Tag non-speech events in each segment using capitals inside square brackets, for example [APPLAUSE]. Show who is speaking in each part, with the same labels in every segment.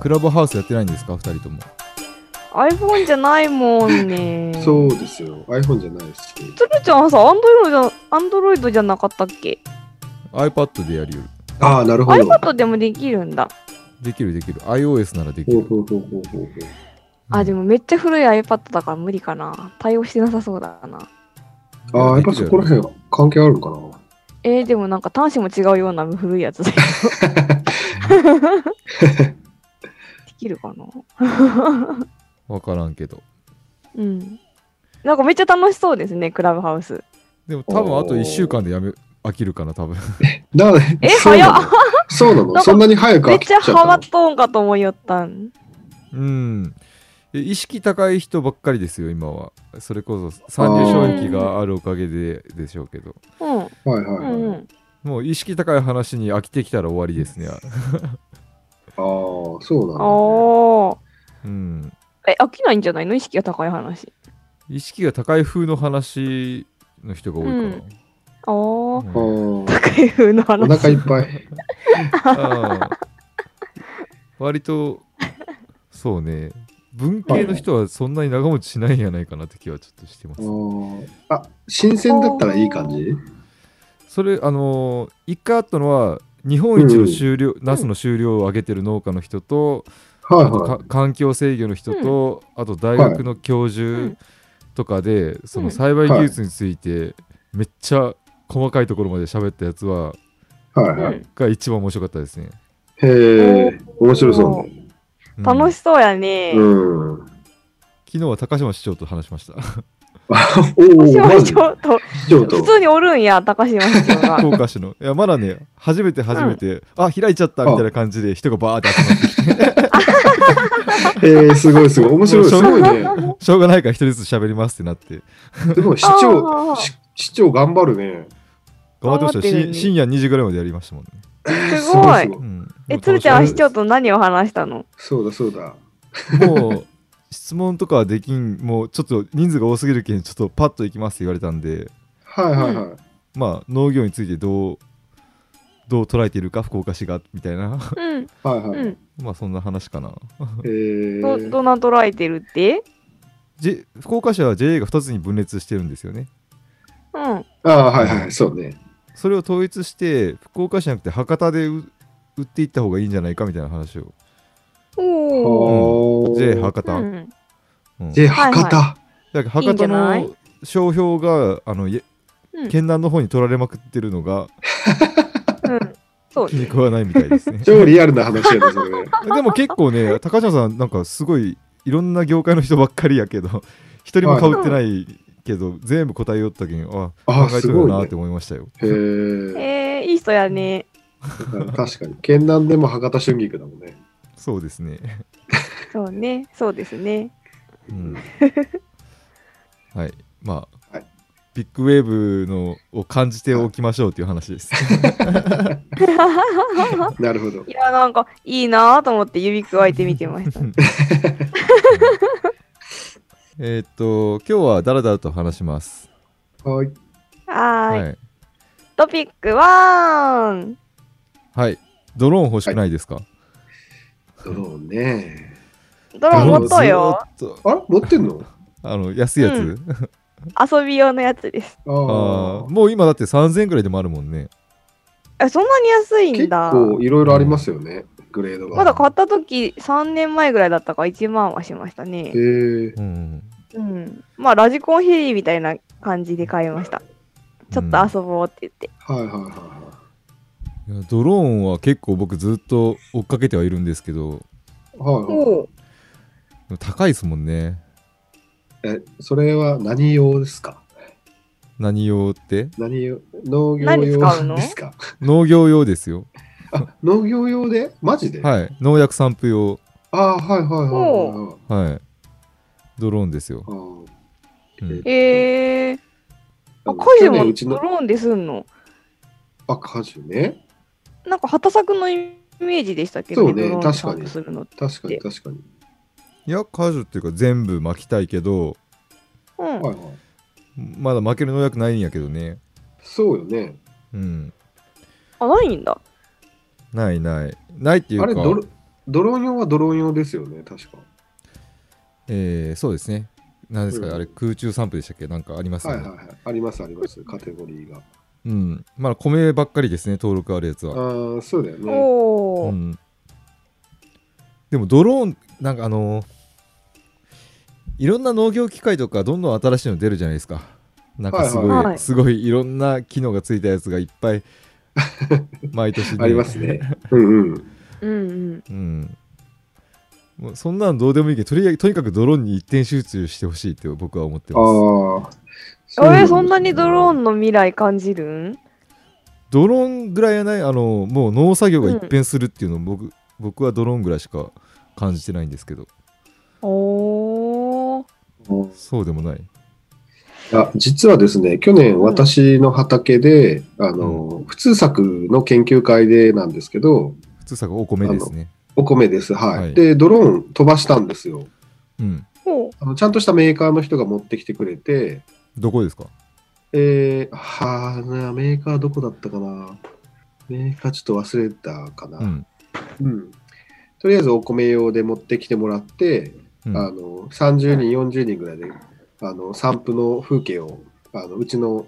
Speaker 1: クラブハウスやってないんですか二人とも
Speaker 2: iPhone じゃないもんね。
Speaker 3: [LAUGHS] そうですよ。iPhone じゃないですし。
Speaker 2: つるちゃんさ、アンドロイド、アンドロイドじゃなかったっけ
Speaker 1: iPad でやるよ
Speaker 3: ああ、なるほど。
Speaker 2: ?iPad でもできるんだ。
Speaker 1: できるできる iOS ならでき
Speaker 3: ほう
Speaker 1: る
Speaker 3: ほうほうほうほうほう
Speaker 2: あ、でもめっちゃ古い iPad だから無理かな。対応してなさそうだな。
Speaker 3: ああ、やっ
Speaker 1: で
Speaker 3: ぱ
Speaker 1: きるよ
Speaker 3: そ
Speaker 1: ね
Speaker 3: こら辺関係あるのかな
Speaker 2: えー、でもなんか端子も違うような古いやつだよ。できるかな
Speaker 1: わからんけど
Speaker 2: うん。なんかめっちゃ楽しそうですね、クラブハウス。
Speaker 1: でも多分あと
Speaker 3: おー
Speaker 1: 1週間でやめ飽きるかな多分
Speaker 3: だからね
Speaker 2: え
Speaker 3: そうなの
Speaker 2: 早
Speaker 3: そうなの
Speaker 2: か
Speaker 3: そんなに早く
Speaker 2: め
Speaker 3: 飽
Speaker 2: っ
Speaker 3: き
Speaker 2: ち
Speaker 3: ちゃ
Speaker 2: ゃ
Speaker 3: った
Speaker 2: ハマ
Speaker 3: の
Speaker 2: っとんかと思いよったん。
Speaker 1: うんえ意識高い人ばっかりですよ今はそれこそ三流衝撃があるおかげででしょうけど
Speaker 2: うん。
Speaker 3: はいは
Speaker 2: う
Speaker 3: い
Speaker 2: ん
Speaker 3: は
Speaker 2: う
Speaker 3: い。
Speaker 2: ん。
Speaker 1: もう意識高い話に飽きてきたら終わりですね、
Speaker 3: ああー、そうな
Speaker 2: あ
Speaker 3: の
Speaker 2: あ。
Speaker 1: うん、
Speaker 2: え、飽きないんじゃないの意識が高い話。
Speaker 1: 意識が高い風の話の人が多いかな、
Speaker 2: うん
Speaker 1: う
Speaker 2: ああ。
Speaker 1: ん
Speaker 3: あー
Speaker 2: 高い風の
Speaker 3: お
Speaker 2: 話。
Speaker 3: 腹いっぱい。
Speaker 1: ああ割とそうね文系の人はそんなに長持ちしないんやないかなって気はちょっとしてます
Speaker 3: あーあ、新鮮だったらいい感じ
Speaker 1: それあのー一回あったのは日本一の終了、ナスの収量を上げてる農家の人と、
Speaker 3: はい
Speaker 1: あと
Speaker 3: は。
Speaker 1: か環境制御の人と、あと大学の教授とかで、その栽培技術についてめっちゃ細かいところまで喋ったやつはい
Speaker 3: はいうはい。
Speaker 2: ん
Speaker 1: が一番面白かったですね。
Speaker 3: へえ、面白そ
Speaker 1: うん
Speaker 2: 楽しそうやね
Speaker 3: う。。うん。
Speaker 1: 昨日は高島市長と話しました。
Speaker 3: おお、
Speaker 2: 私は
Speaker 3: マジ
Speaker 2: ちょっと、
Speaker 3: ちょっ
Speaker 2: 普
Speaker 3: と。
Speaker 2: 通におるんや、高島市長 [LAUGHS] が。
Speaker 1: 福岡市の。いや、まだね、初めて初めて、あ、開いちゃったみたいな感じで人がバーって集まってきて、
Speaker 3: へえ、すごいすごい。面白い。すご
Speaker 2: [LAUGHS]
Speaker 3: いね。
Speaker 1: しょうがないから一人ずつ喋りますってなって、
Speaker 3: でも市長、
Speaker 2: あー
Speaker 3: し市長頑張るね。
Speaker 1: 頑張ってました
Speaker 2: 頑張ってる
Speaker 1: よ。
Speaker 2: ね
Speaker 1: し深夜2時ぐらいまでやりましたもんね。
Speaker 2: すごい。
Speaker 1: う。ん、
Speaker 2: え、つるちゃんは市長
Speaker 1: と
Speaker 2: と何を話したの
Speaker 3: そうだそうだ。
Speaker 1: もう質問とかはできん、もうちょっと人数が多すぎるけん、ちょっとパッと行きますって言われたんで、
Speaker 3: はいはいはい。
Speaker 1: まあ農業についてどう、どう捉えているか、福岡市が、みたいな、 [LAUGHS]
Speaker 2: うん。
Speaker 3: はいは
Speaker 2: う
Speaker 3: い。
Speaker 2: ん。
Speaker 1: まあそんな話かな。
Speaker 3: へえ。
Speaker 2: ど、どんな捉えてるって
Speaker 1: J- 福岡市は JA が2つに分裂してるんですよね。
Speaker 2: うん。
Speaker 3: ああ、はいはい。そうね。
Speaker 1: それを統一して福岡市じゃなくて博多でう売っていった方がいいんじゃないかみたいな話を
Speaker 2: おお。
Speaker 3: おー
Speaker 1: J 博
Speaker 2: う
Speaker 1: 多、うん
Speaker 2: ん。
Speaker 3: で、博
Speaker 2: は
Speaker 3: 多。
Speaker 1: だから
Speaker 2: いいん
Speaker 1: 博多
Speaker 2: じゃない
Speaker 1: の商標があのい
Speaker 2: うん
Speaker 1: 県南の方に取られまくってるのが
Speaker 2: うん。そう
Speaker 1: 気。に食わないみたいです
Speaker 2: [LAUGHS]
Speaker 1: ね
Speaker 3: 超リアルな話やね、それね。
Speaker 1: でも結構ね高島さんなんかすごいいろんな業界の人ばっかりやけど一人も被ってないけど、全部答えよったけんあ
Speaker 3: ああ、
Speaker 1: 考え
Speaker 3: す
Speaker 1: てるよ
Speaker 3: ごい
Speaker 1: なっ
Speaker 3: ね
Speaker 1: て。思いましたよ、
Speaker 3: へえ。
Speaker 2: えー、いい人やね。
Speaker 3: 確かに。県南でも博多春菊だもんね。
Speaker 1: そうですね、
Speaker 2: そうね。そうです [LAUGHS] ね。
Speaker 1: うん、 [LAUGHS] はいまあ、
Speaker 3: はい
Speaker 1: ビッグウェーブのを感じておきましょうという話
Speaker 2: [LAUGHS]
Speaker 1: です
Speaker 3: なるほど
Speaker 2: い。や、なんか、いいなぁと思って指くわえて見てました。
Speaker 1: えーっと今日はだらだらと話します。
Speaker 3: はい。
Speaker 2: [LAUGHS] はーい。
Speaker 1: はい、
Speaker 2: トピック1
Speaker 1: はいドローン欲しくないですか？
Speaker 3: ドローンね。
Speaker 2: ドローン
Speaker 1: ド
Speaker 2: 持っとうよ。
Speaker 1: ずーっと
Speaker 3: あら持ってんの
Speaker 1: あの安いやつ、
Speaker 2: う遊び用のやつです。
Speaker 1: [LAUGHS] あ
Speaker 3: あ
Speaker 1: ーもう今だって3000円くらいでもあるもんね。
Speaker 2: え、そんなに安い
Speaker 3: あ。
Speaker 2: ん
Speaker 3: 結
Speaker 2: だ。
Speaker 3: 構いろいろありますよね。グレードが。
Speaker 2: まだ買った時3年前ぐらいだったから1万はしましたね
Speaker 3: へ。え。
Speaker 1: うん、
Speaker 2: うん。まあラジコンヘリみたいな感じで買いました。ちょっと遊ぼうって言って。
Speaker 3: はいはいはいはい
Speaker 1: やドローンは結構僕ずっと追っかけてはいるんですけど
Speaker 3: い。はいはい。
Speaker 2: おう
Speaker 1: 高いですもんね。
Speaker 3: え、それは何用ですか
Speaker 1: 何用
Speaker 2: [LAUGHS]
Speaker 1: って
Speaker 3: 何用農業
Speaker 2: 何使う
Speaker 3: 用
Speaker 2: の
Speaker 3: ですか
Speaker 1: 農業用ですよ。
Speaker 3: あ、農業用でマジで
Speaker 1: はい農薬散布用
Speaker 3: あーはいはいはいはいはい。
Speaker 1: はいドローンですよ
Speaker 3: あ。
Speaker 1: う
Speaker 3: ー
Speaker 1: ん
Speaker 2: えー。
Speaker 3: あ
Speaker 2: あ、
Speaker 3: の
Speaker 2: 家事
Speaker 3: 去
Speaker 2: も
Speaker 3: 年うち
Speaker 2: ド
Speaker 3: の
Speaker 2: ローンですんの
Speaker 3: あ、果樹ね。
Speaker 2: なんか畑作のイメージでしたけど、
Speaker 3: そうね
Speaker 2: ドローン
Speaker 3: 確か
Speaker 2: 散
Speaker 3: に
Speaker 2: 布するのって
Speaker 3: 確かに確かに。
Speaker 1: いや果樹っていうか全部巻きたいけど
Speaker 2: うん。
Speaker 3: はいはい。
Speaker 1: まだ負ける農薬ないんやけどね。
Speaker 3: そうよね。
Speaker 1: うん。
Speaker 2: あ、ないんだ。
Speaker 1: ないない。ないっていうか。
Speaker 3: あれドロ、ドローン用はドローン用ですよね、確か。
Speaker 1: えー、そうですね。何ですか、
Speaker 3: うん
Speaker 1: あれ空中散布でしたっけなんかあります
Speaker 3: は
Speaker 1: よ
Speaker 3: い
Speaker 1: ね、
Speaker 3: はいはい。ありますあります、カテゴリーが。
Speaker 1: うん。まあ米ばっかりですね、登録あるやつは。
Speaker 3: ああ、そうだよね。
Speaker 2: お
Speaker 1: う
Speaker 2: お、
Speaker 1: ん、でもドローン、なんかあのーいろんな農業機械とかどんどん新しいの出るじゃないですか。なんかすごい、
Speaker 2: はいはい
Speaker 1: すごいいろんな機能がついたやつがいっぱい毎年、
Speaker 3: ありますね。う
Speaker 1: [LAUGHS]
Speaker 3: んうん。
Speaker 2: うんうん。
Speaker 1: うん、もうそんなのどうでもいいけどとりあえずとにかくドローンに一点集中してほしいって僕は思ってます
Speaker 3: ああ。
Speaker 2: あれ、そんなにドローンの未来感じるん
Speaker 1: ドローンぐらいはないあのもう農作業が一変するっていうのを僕,、僕はドローンぐらいしか感じてないんですけど
Speaker 2: おお。
Speaker 3: ン
Speaker 1: そうでもない
Speaker 3: あ実はですね、去年私の畑で、あの、普通作の研究会でなんですけど、
Speaker 1: 普通さがお米ですね
Speaker 3: お米です。はい。
Speaker 1: はい
Speaker 3: で、ドローン飛ばしたんですよ。
Speaker 1: うん
Speaker 2: ほ
Speaker 3: あのちゃんとしたメーカーの人が持ってきてくれて、
Speaker 1: どこですか
Speaker 3: えー、はあ、なメーカーどこだったかな。メーカーちょっと忘れたかな。
Speaker 1: うん、
Speaker 3: うんとりあえずお米用で持ってきてもらって、
Speaker 1: うん
Speaker 3: あの30人40人ぐらいであの散布の風景をあのうちの、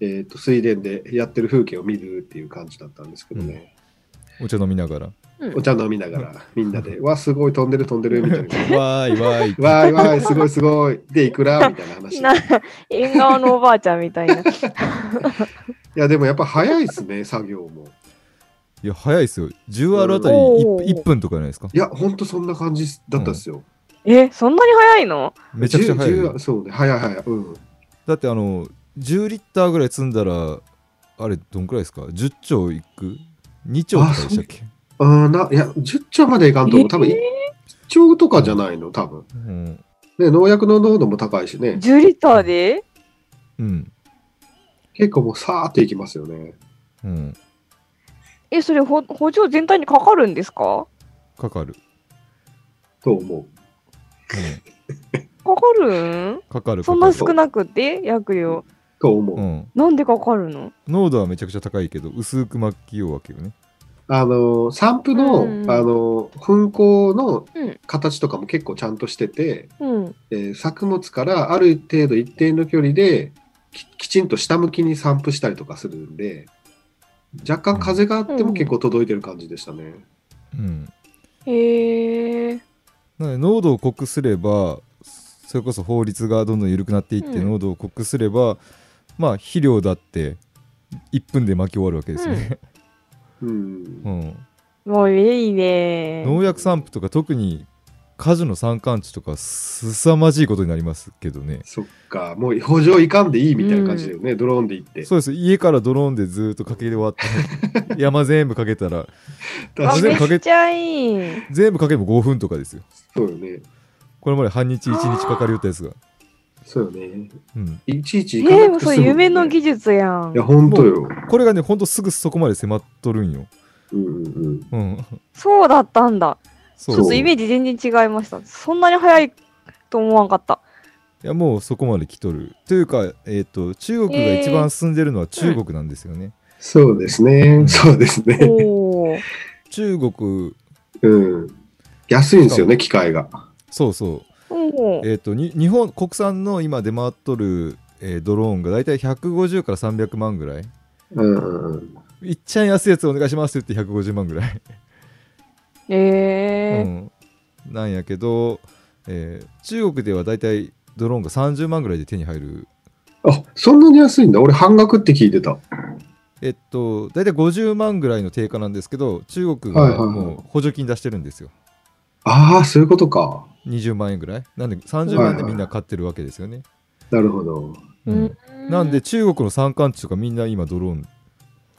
Speaker 3: えー、と水田でやってる風景を見るっていう感じだったんですけどね、
Speaker 1: お茶飲みながら
Speaker 2: う。
Speaker 3: お茶飲みながらみんなで「わすごい飛んでる飛んでる」みたいな
Speaker 1: わーい [LAUGHS] わーい
Speaker 3: 「わーいわーいすごいすごい」でいくらみたいな話い
Speaker 2: な、縁側のおばあちゃんみた [LAUGHS] いな。
Speaker 3: やでもやっぱ早いですね作業も
Speaker 1: いや早いですよ10あるあたり
Speaker 2: おー
Speaker 1: 1, 分とかじゃないですか
Speaker 3: いやほんとそんな感じだったっすよ、
Speaker 2: え、そんなに早いの
Speaker 1: めちゃくちゃ早い
Speaker 3: 10
Speaker 1: よ
Speaker 3: 10そうね早い早いうん
Speaker 1: だってあの10リッターぐらい積んだらあれどんくらいですか10兆いく2兆とかでしたっけ
Speaker 3: あーないや10丁までいかんと思う多分
Speaker 2: え
Speaker 3: 1丁とかじゃないの多分
Speaker 1: うん、
Speaker 3: ね、農薬の濃度も高いしね、
Speaker 2: ?10 リッターで
Speaker 1: うん
Speaker 3: 結構もうさーっていきますよね。
Speaker 1: うん、
Speaker 2: え、それほ補助全体にかかるんですか
Speaker 1: かかる、
Speaker 3: と思
Speaker 1: うん、
Speaker 2: かかるん
Speaker 1: かかる
Speaker 2: そんな
Speaker 1: かか
Speaker 2: 少なくて薬量。
Speaker 3: う。と思う。
Speaker 1: るうん、
Speaker 2: なんでかかるの
Speaker 1: 濃度はめちゃくちゃ高いけど薄く巻きようわけよね
Speaker 3: あのー、散布の、
Speaker 2: うん
Speaker 3: あのー、噴光の
Speaker 2: うん
Speaker 3: 形とかも結構ちゃんとしてて、
Speaker 2: うん。
Speaker 3: えー作物からある程度一定の距離でききちんと下向きに散布したりとかするんで、若干風があっても結構届いてる感じでしたね。
Speaker 1: うん
Speaker 2: へえ。
Speaker 1: なので濃度を濃くすればそれこそ法律がどんどん緩くなっていって
Speaker 2: うん
Speaker 1: 濃度を濃くすれば、まあ肥料だって1分で巻き終わるわけですよね、
Speaker 3: うん。
Speaker 1: [LAUGHS] うん、
Speaker 2: もういいね。
Speaker 1: 農薬散布とか特に果樹の山間地とか凄まじいことになりますけどね
Speaker 3: そっか、もう補助いかんでいいみたいな感じだよね、ドローンで行って。
Speaker 1: そうです家からドローンでずーっとかけて終わって
Speaker 2: [LAUGHS]
Speaker 1: 山全部かけたら
Speaker 2: あ
Speaker 1: 確かに
Speaker 2: めっちゃいい。
Speaker 1: 全部かけても5分とかですよ
Speaker 3: そうよね。
Speaker 1: これまで半日1日かかりよったやつが
Speaker 3: そうよね。
Speaker 1: うん、
Speaker 3: いちいち
Speaker 2: え
Speaker 3: 行かな
Speaker 2: ー、
Speaker 3: く
Speaker 2: もう
Speaker 3: て
Speaker 2: そ
Speaker 3: 済むもん
Speaker 2: れ
Speaker 3: ね
Speaker 2: 夢の技術やん
Speaker 3: いや、。本当よ。
Speaker 1: これがねほんとすぐそこまで迫っとるんよ、
Speaker 3: うんうんうん。
Speaker 1: うん、
Speaker 2: そうだったんだ。ち
Speaker 1: そ
Speaker 2: ょ
Speaker 1: う
Speaker 2: っ
Speaker 3: そう
Speaker 2: とイメージ全然違いました。そんなに早いと思わんかった。
Speaker 1: いやもうそこまで来とるというか、えー、と中国が一番進んでるのは中国なんですよね、
Speaker 3: そうですね。そうですね。
Speaker 2: おお。
Speaker 1: 中国
Speaker 3: うん。安いんですよね、機械が。
Speaker 1: そうそう
Speaker 2: おお。
Speaker 1: えー、とに日本国産の今出回っとる、えードローンが大体150から300万ぐらい
Speaker 3: うんうんうん。
Speaker 1: いっちゃん安いやつお願いしますって言って150万ぐらい、う
Speaker 2: えー。
Speaker 1: ん、なんやけど、えー中国では大体ドローンが30万ぐらいで手に入る
Speaker 3: あ、そんなに安いんだ。俺、半額って聞いてた。
Speaker 1: えっと大体50万ぐらいの定価なんですけど中国
Speaker 3: はいはいは
Speaker 1: が
Speaker 3: い
Speaker 1: もう補助金出してるんですよ
Speaker 3: ああ、そういうことか。
Speaker 1: 20万円ぐらいなんで30万でみんな買ってるわけですよね、
Speaker 3: なるほど。
Speaker 1: うんなんで中国の山間地とかみんな今ドローン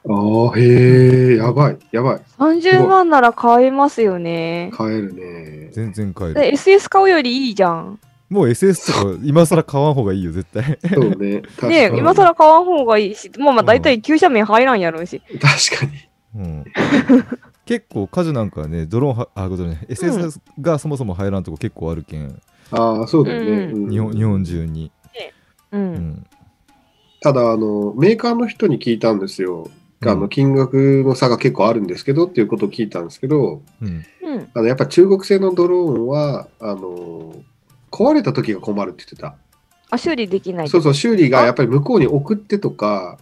Speaker 3: ああ、へえ、やばい、やばい。
Speaker 2: 30万なら買えますよね。
Speaker 3: 買えるね。
Speaker 1: [LAUGHS] 全然買える
Speaker 2: で SS 買うよりいいじゃん。
Speaker 1: もう SS とか今更買わん方がいいよ絶対
Speaker 3: そうね。確かに。
Speaker 2: ね今更買わん方がいいし、まあまあ大体急斜面入らんやろうし。
Speaker 3: 確かに。
Speaker 1: うん、 [LAUGHS] 結構果樹なんかはねドローンはあごめんなさい SS がそもそも入らんとこ結構あるけん、
Speaker 3: ああ、そうだよね。
Speaker 2: うん
Speaker 3: うん
Speaker 1: 日本日本中に、
Speaker 2: う。
Speaker 1: うんん
Speaker 3: ただあの、メーカーの人に聞いたんですよ。あ
Speaker 1: う
Speaker 3: の
Speaker 1: ん
Speaker 3: 金額の差が結構あるんですけどっていうことを聞いたんですけど、
Speaker 1: うん、
Speaker 2: ううん。
Speaker 3: あのやっぱ中国製のドローンはあの壊れた時が困るって言ってた。
Speaker 2: あ、修理できない。
Speaker 3: そうそう、修理がやっぱり向こうに送ってとか、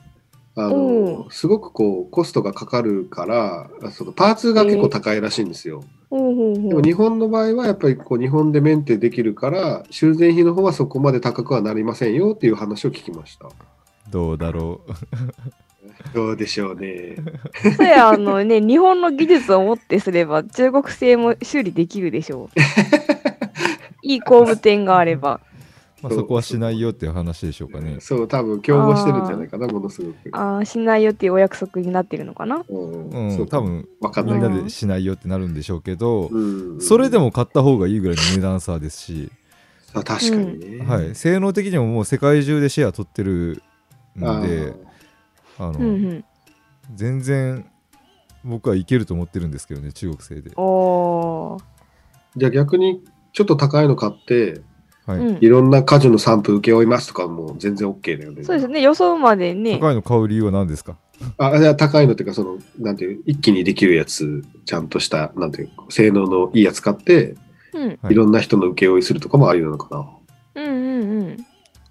Speaker 3: あ
Speaker 2: う
Speaker 3: の、すごくこう、コストがかかるから、そのパーツが結構高いらしいんですよ。
Speaker 2: ほうほうほう。
Speaker 3: でも日本の場合は、やっぱりこう、日本でメンテできるから、修繕費の方はそこまで高くはなりませんよっていう話を聞きました。
Speaker 1: どうだろう。
Speaker 3: どうでしょうね。
Speaker 2: そや、あのね、日本の技術をもってすれば、中国製も修理できるでし
Speaker 3: [LAUGHS]
Speaker 2: ょう。いい工務店があれば。
Speaker 1: まあ、そこはしないよっていう話でしょうかね。
Speaker 3: そう、多分競合してるんじゃないかな、ものすごく。
Speaker 2: ああ、しないよっていうお約束になってるのかな。
Speaker 3: うん
Speaker 1: うん、
Speaker 3: そう
Speaker 1: 多。分
Speaker 3: わかん
Speaker 1: み
Speaker 3: ない
Speaker 1: ん
Speaker 3: け
Speaker 1: な
Speaker 3: ど。
Speaker 1: でしないよってなるんでしょうけど、
Speaker 3: うん
Speaker 1: それで。も買った方がいいぐらいの値段差ですし、
Speaker 3: あ確かにね。
Speaker 1: は
Speaker 3: あ
Speaker 1: い、性能的にももう世界中でシェア取ってるの
Speaker 3: ー
Speaker 1: で、あの、
Speaker 2: うんうん。
Speaker 1: 全然僕はいけると思ってるんですけどね、中国製で。
Speaker 2: おー。
Speaker 3: じゃあ逆に、ちょっと高いの買って、
Speaker 1: はい
Speaker 2: うん
Speaker 3: いろんな家事の散布請け負いますとかも全然 OK だよね。
Speaker 2: そうですね、予想までね。
Speaker 1: 高いの買う理由は何ですか
Speaker 3: あ、いや高いのっていうか、その、なんていう、一気にできるやつ、ちゃんとした、なんていう、性能のいいやつ買って、
Speaker 2: うん、
Speaker 1: はい
Speaker 3: いろんな人の請負いするとかもありなのかな。
Speaker 2: うん、うん、うん。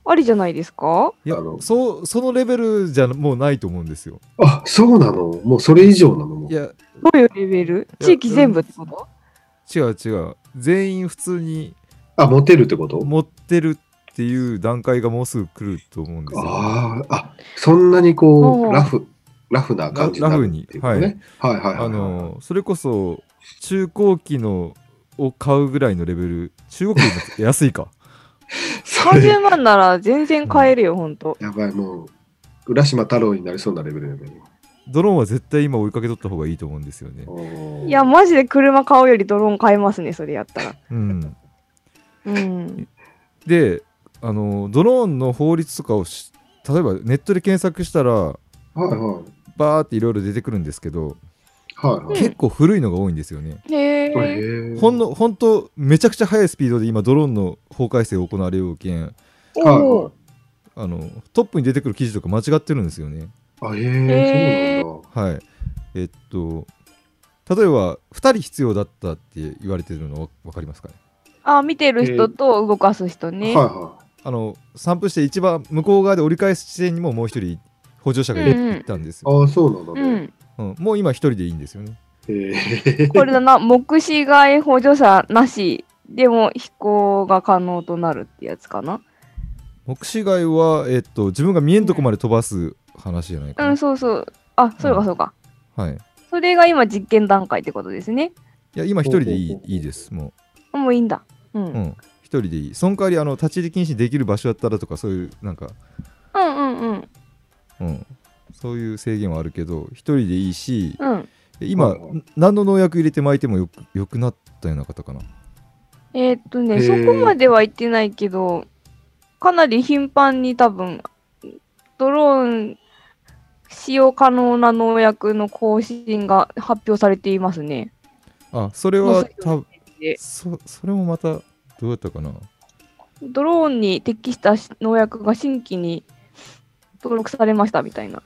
Speaker 2: ありじゃないですか
Speaker 1: いや
Speaker 3: あの
Speaker 1: そうそのレベルじゃもうないと思うんですよ。
Speaker 3: あ、そうなのもうそれ以上なのも
Speaker 1: いうや
Speaker 2: どういうレベル
Speaker 1: や
Speaker 2: 地域全部ってこと
Speaker 1: 違う違う全員普通に
Speaker 3: あ、モテるってこと
Speaker 1: 持ってるっていう段階がもうすぐ来ると思うんですよ。
Speaker 3: ああ、あ、そんなにこ
Speaker 2: おう
Speaker 3: う、ラフ、ラフな感じになるっていうことね。はいはいはい。
Speaker 1: あのそれこそ中古機のを買うぐらいのレベル中古機の方が安いか
Speaker 3: それ、
Speaker 2: ?30 万なら全然買えるよ、ほんと。
Speaker 3: やばい、もう、浦島太郎になりそうなレベルだよね。
Speaker 1: ドローンは絶対今追いかけとった方がいいと思うんですよね。
Speaker 3: おー
Speaker 2: いや、マジで車買うよりドローン買えますね、それやったら。
Speaker 1: うん、
Speaker 2: うん。
Speaker 1: であのドローンの法律とかをし例えばネットで検索したら
Speaker 3: はいはい。
Speaker 1: バーっていろいろ出てくるんですけど、
Speaker 3: はいはい。
Speaker 1: 結構古いのが多いんですよね。
Speaker 2: へ
Speaker 3: こ
Speaker 2: え。
Speaker 3: れ
Speaker 1: ほんの本当めちゃくちゃ速いスピードで今ドローンの法改正を行われようけん
Speaker 2: おー
Speaker 1: あのトップに出てくる記事とか間違ってるんですよね
Speaker 3: あ、え
Speaker 2: へ
Speaker 3: え
Speaker 2: ー
Speaker 3: そうなんだ。
Speaker 1: はいえっと例えば2人必要だったって言われてるの分かりますかね
Speaker 2: あ、見てる人と動かす人ね。
Speaker 3: はいは
Speaker 1: あの散布して一番向こう側で折り返す地点にももう1人補助者がい
Speaker 2: うんうん
Speaker 1: いたんですよ、
Speaker 3: い。ああ、そうなんだ
Speaker 2: う
Speaker 3: ね。
Speaker 2: ん。
Speaker 1: うんもう今1人でいいんですよね
Speaker 3: へえ
Speaker 2: これだな、目視外補助者なし。でも飛行が可能となるってやつかな。
Speaker 1: 目視外は、えっと、自分が見えんとこまで飛ばす話じゃないか
Speaker 2: う
Speaker 1: な、
Speaker 2: ん、そうそう。あ、そうかそうか。
Speaker 1: はい、い
Speaker 2: それが今実験段階ってことですね。
Speaker 1: や今1人でい
Speaker 3: ほ
Speaker 1: い
Speaker 3: うほうほう
Speaker 1: いいですもう
Speaker 2: あもういいんだ。うん。う、
Speaker 1: うんん、一人でいい。その代わり、あの、立ち入り禁止できる場所だったらとか、そういう、なんか、
Speaker 2: うん、うん、
Speaker 1: うん、そういう制限はあるけど、一人でいいし、
Speaker 2: うん。
Speaker 1: 今、
Speaker 3: はいはい
Speaker 1: ん何の農薬入れて巻いてもよくよくなったような方かな。
Speaker 2: えーっと
Speaker 3: へ
Speaker 2: ね、そ
Speaker 3: ー
Speaker 2: こまでは言ってないけど、かなり頻繁に多分、ドローン使用可能な農薬の更新が発表されていますね。
Speaker 1: あ、それ
Speaker 2: も
Speaker 1: は
Speaker 2: うそう
Speaker 1: 多分
Speaker 2: で
Speaker 1: そ、それもまた、どうだったかな。
Speaker 2: ドローンに適した農薬が新規に登録されましたみたいな。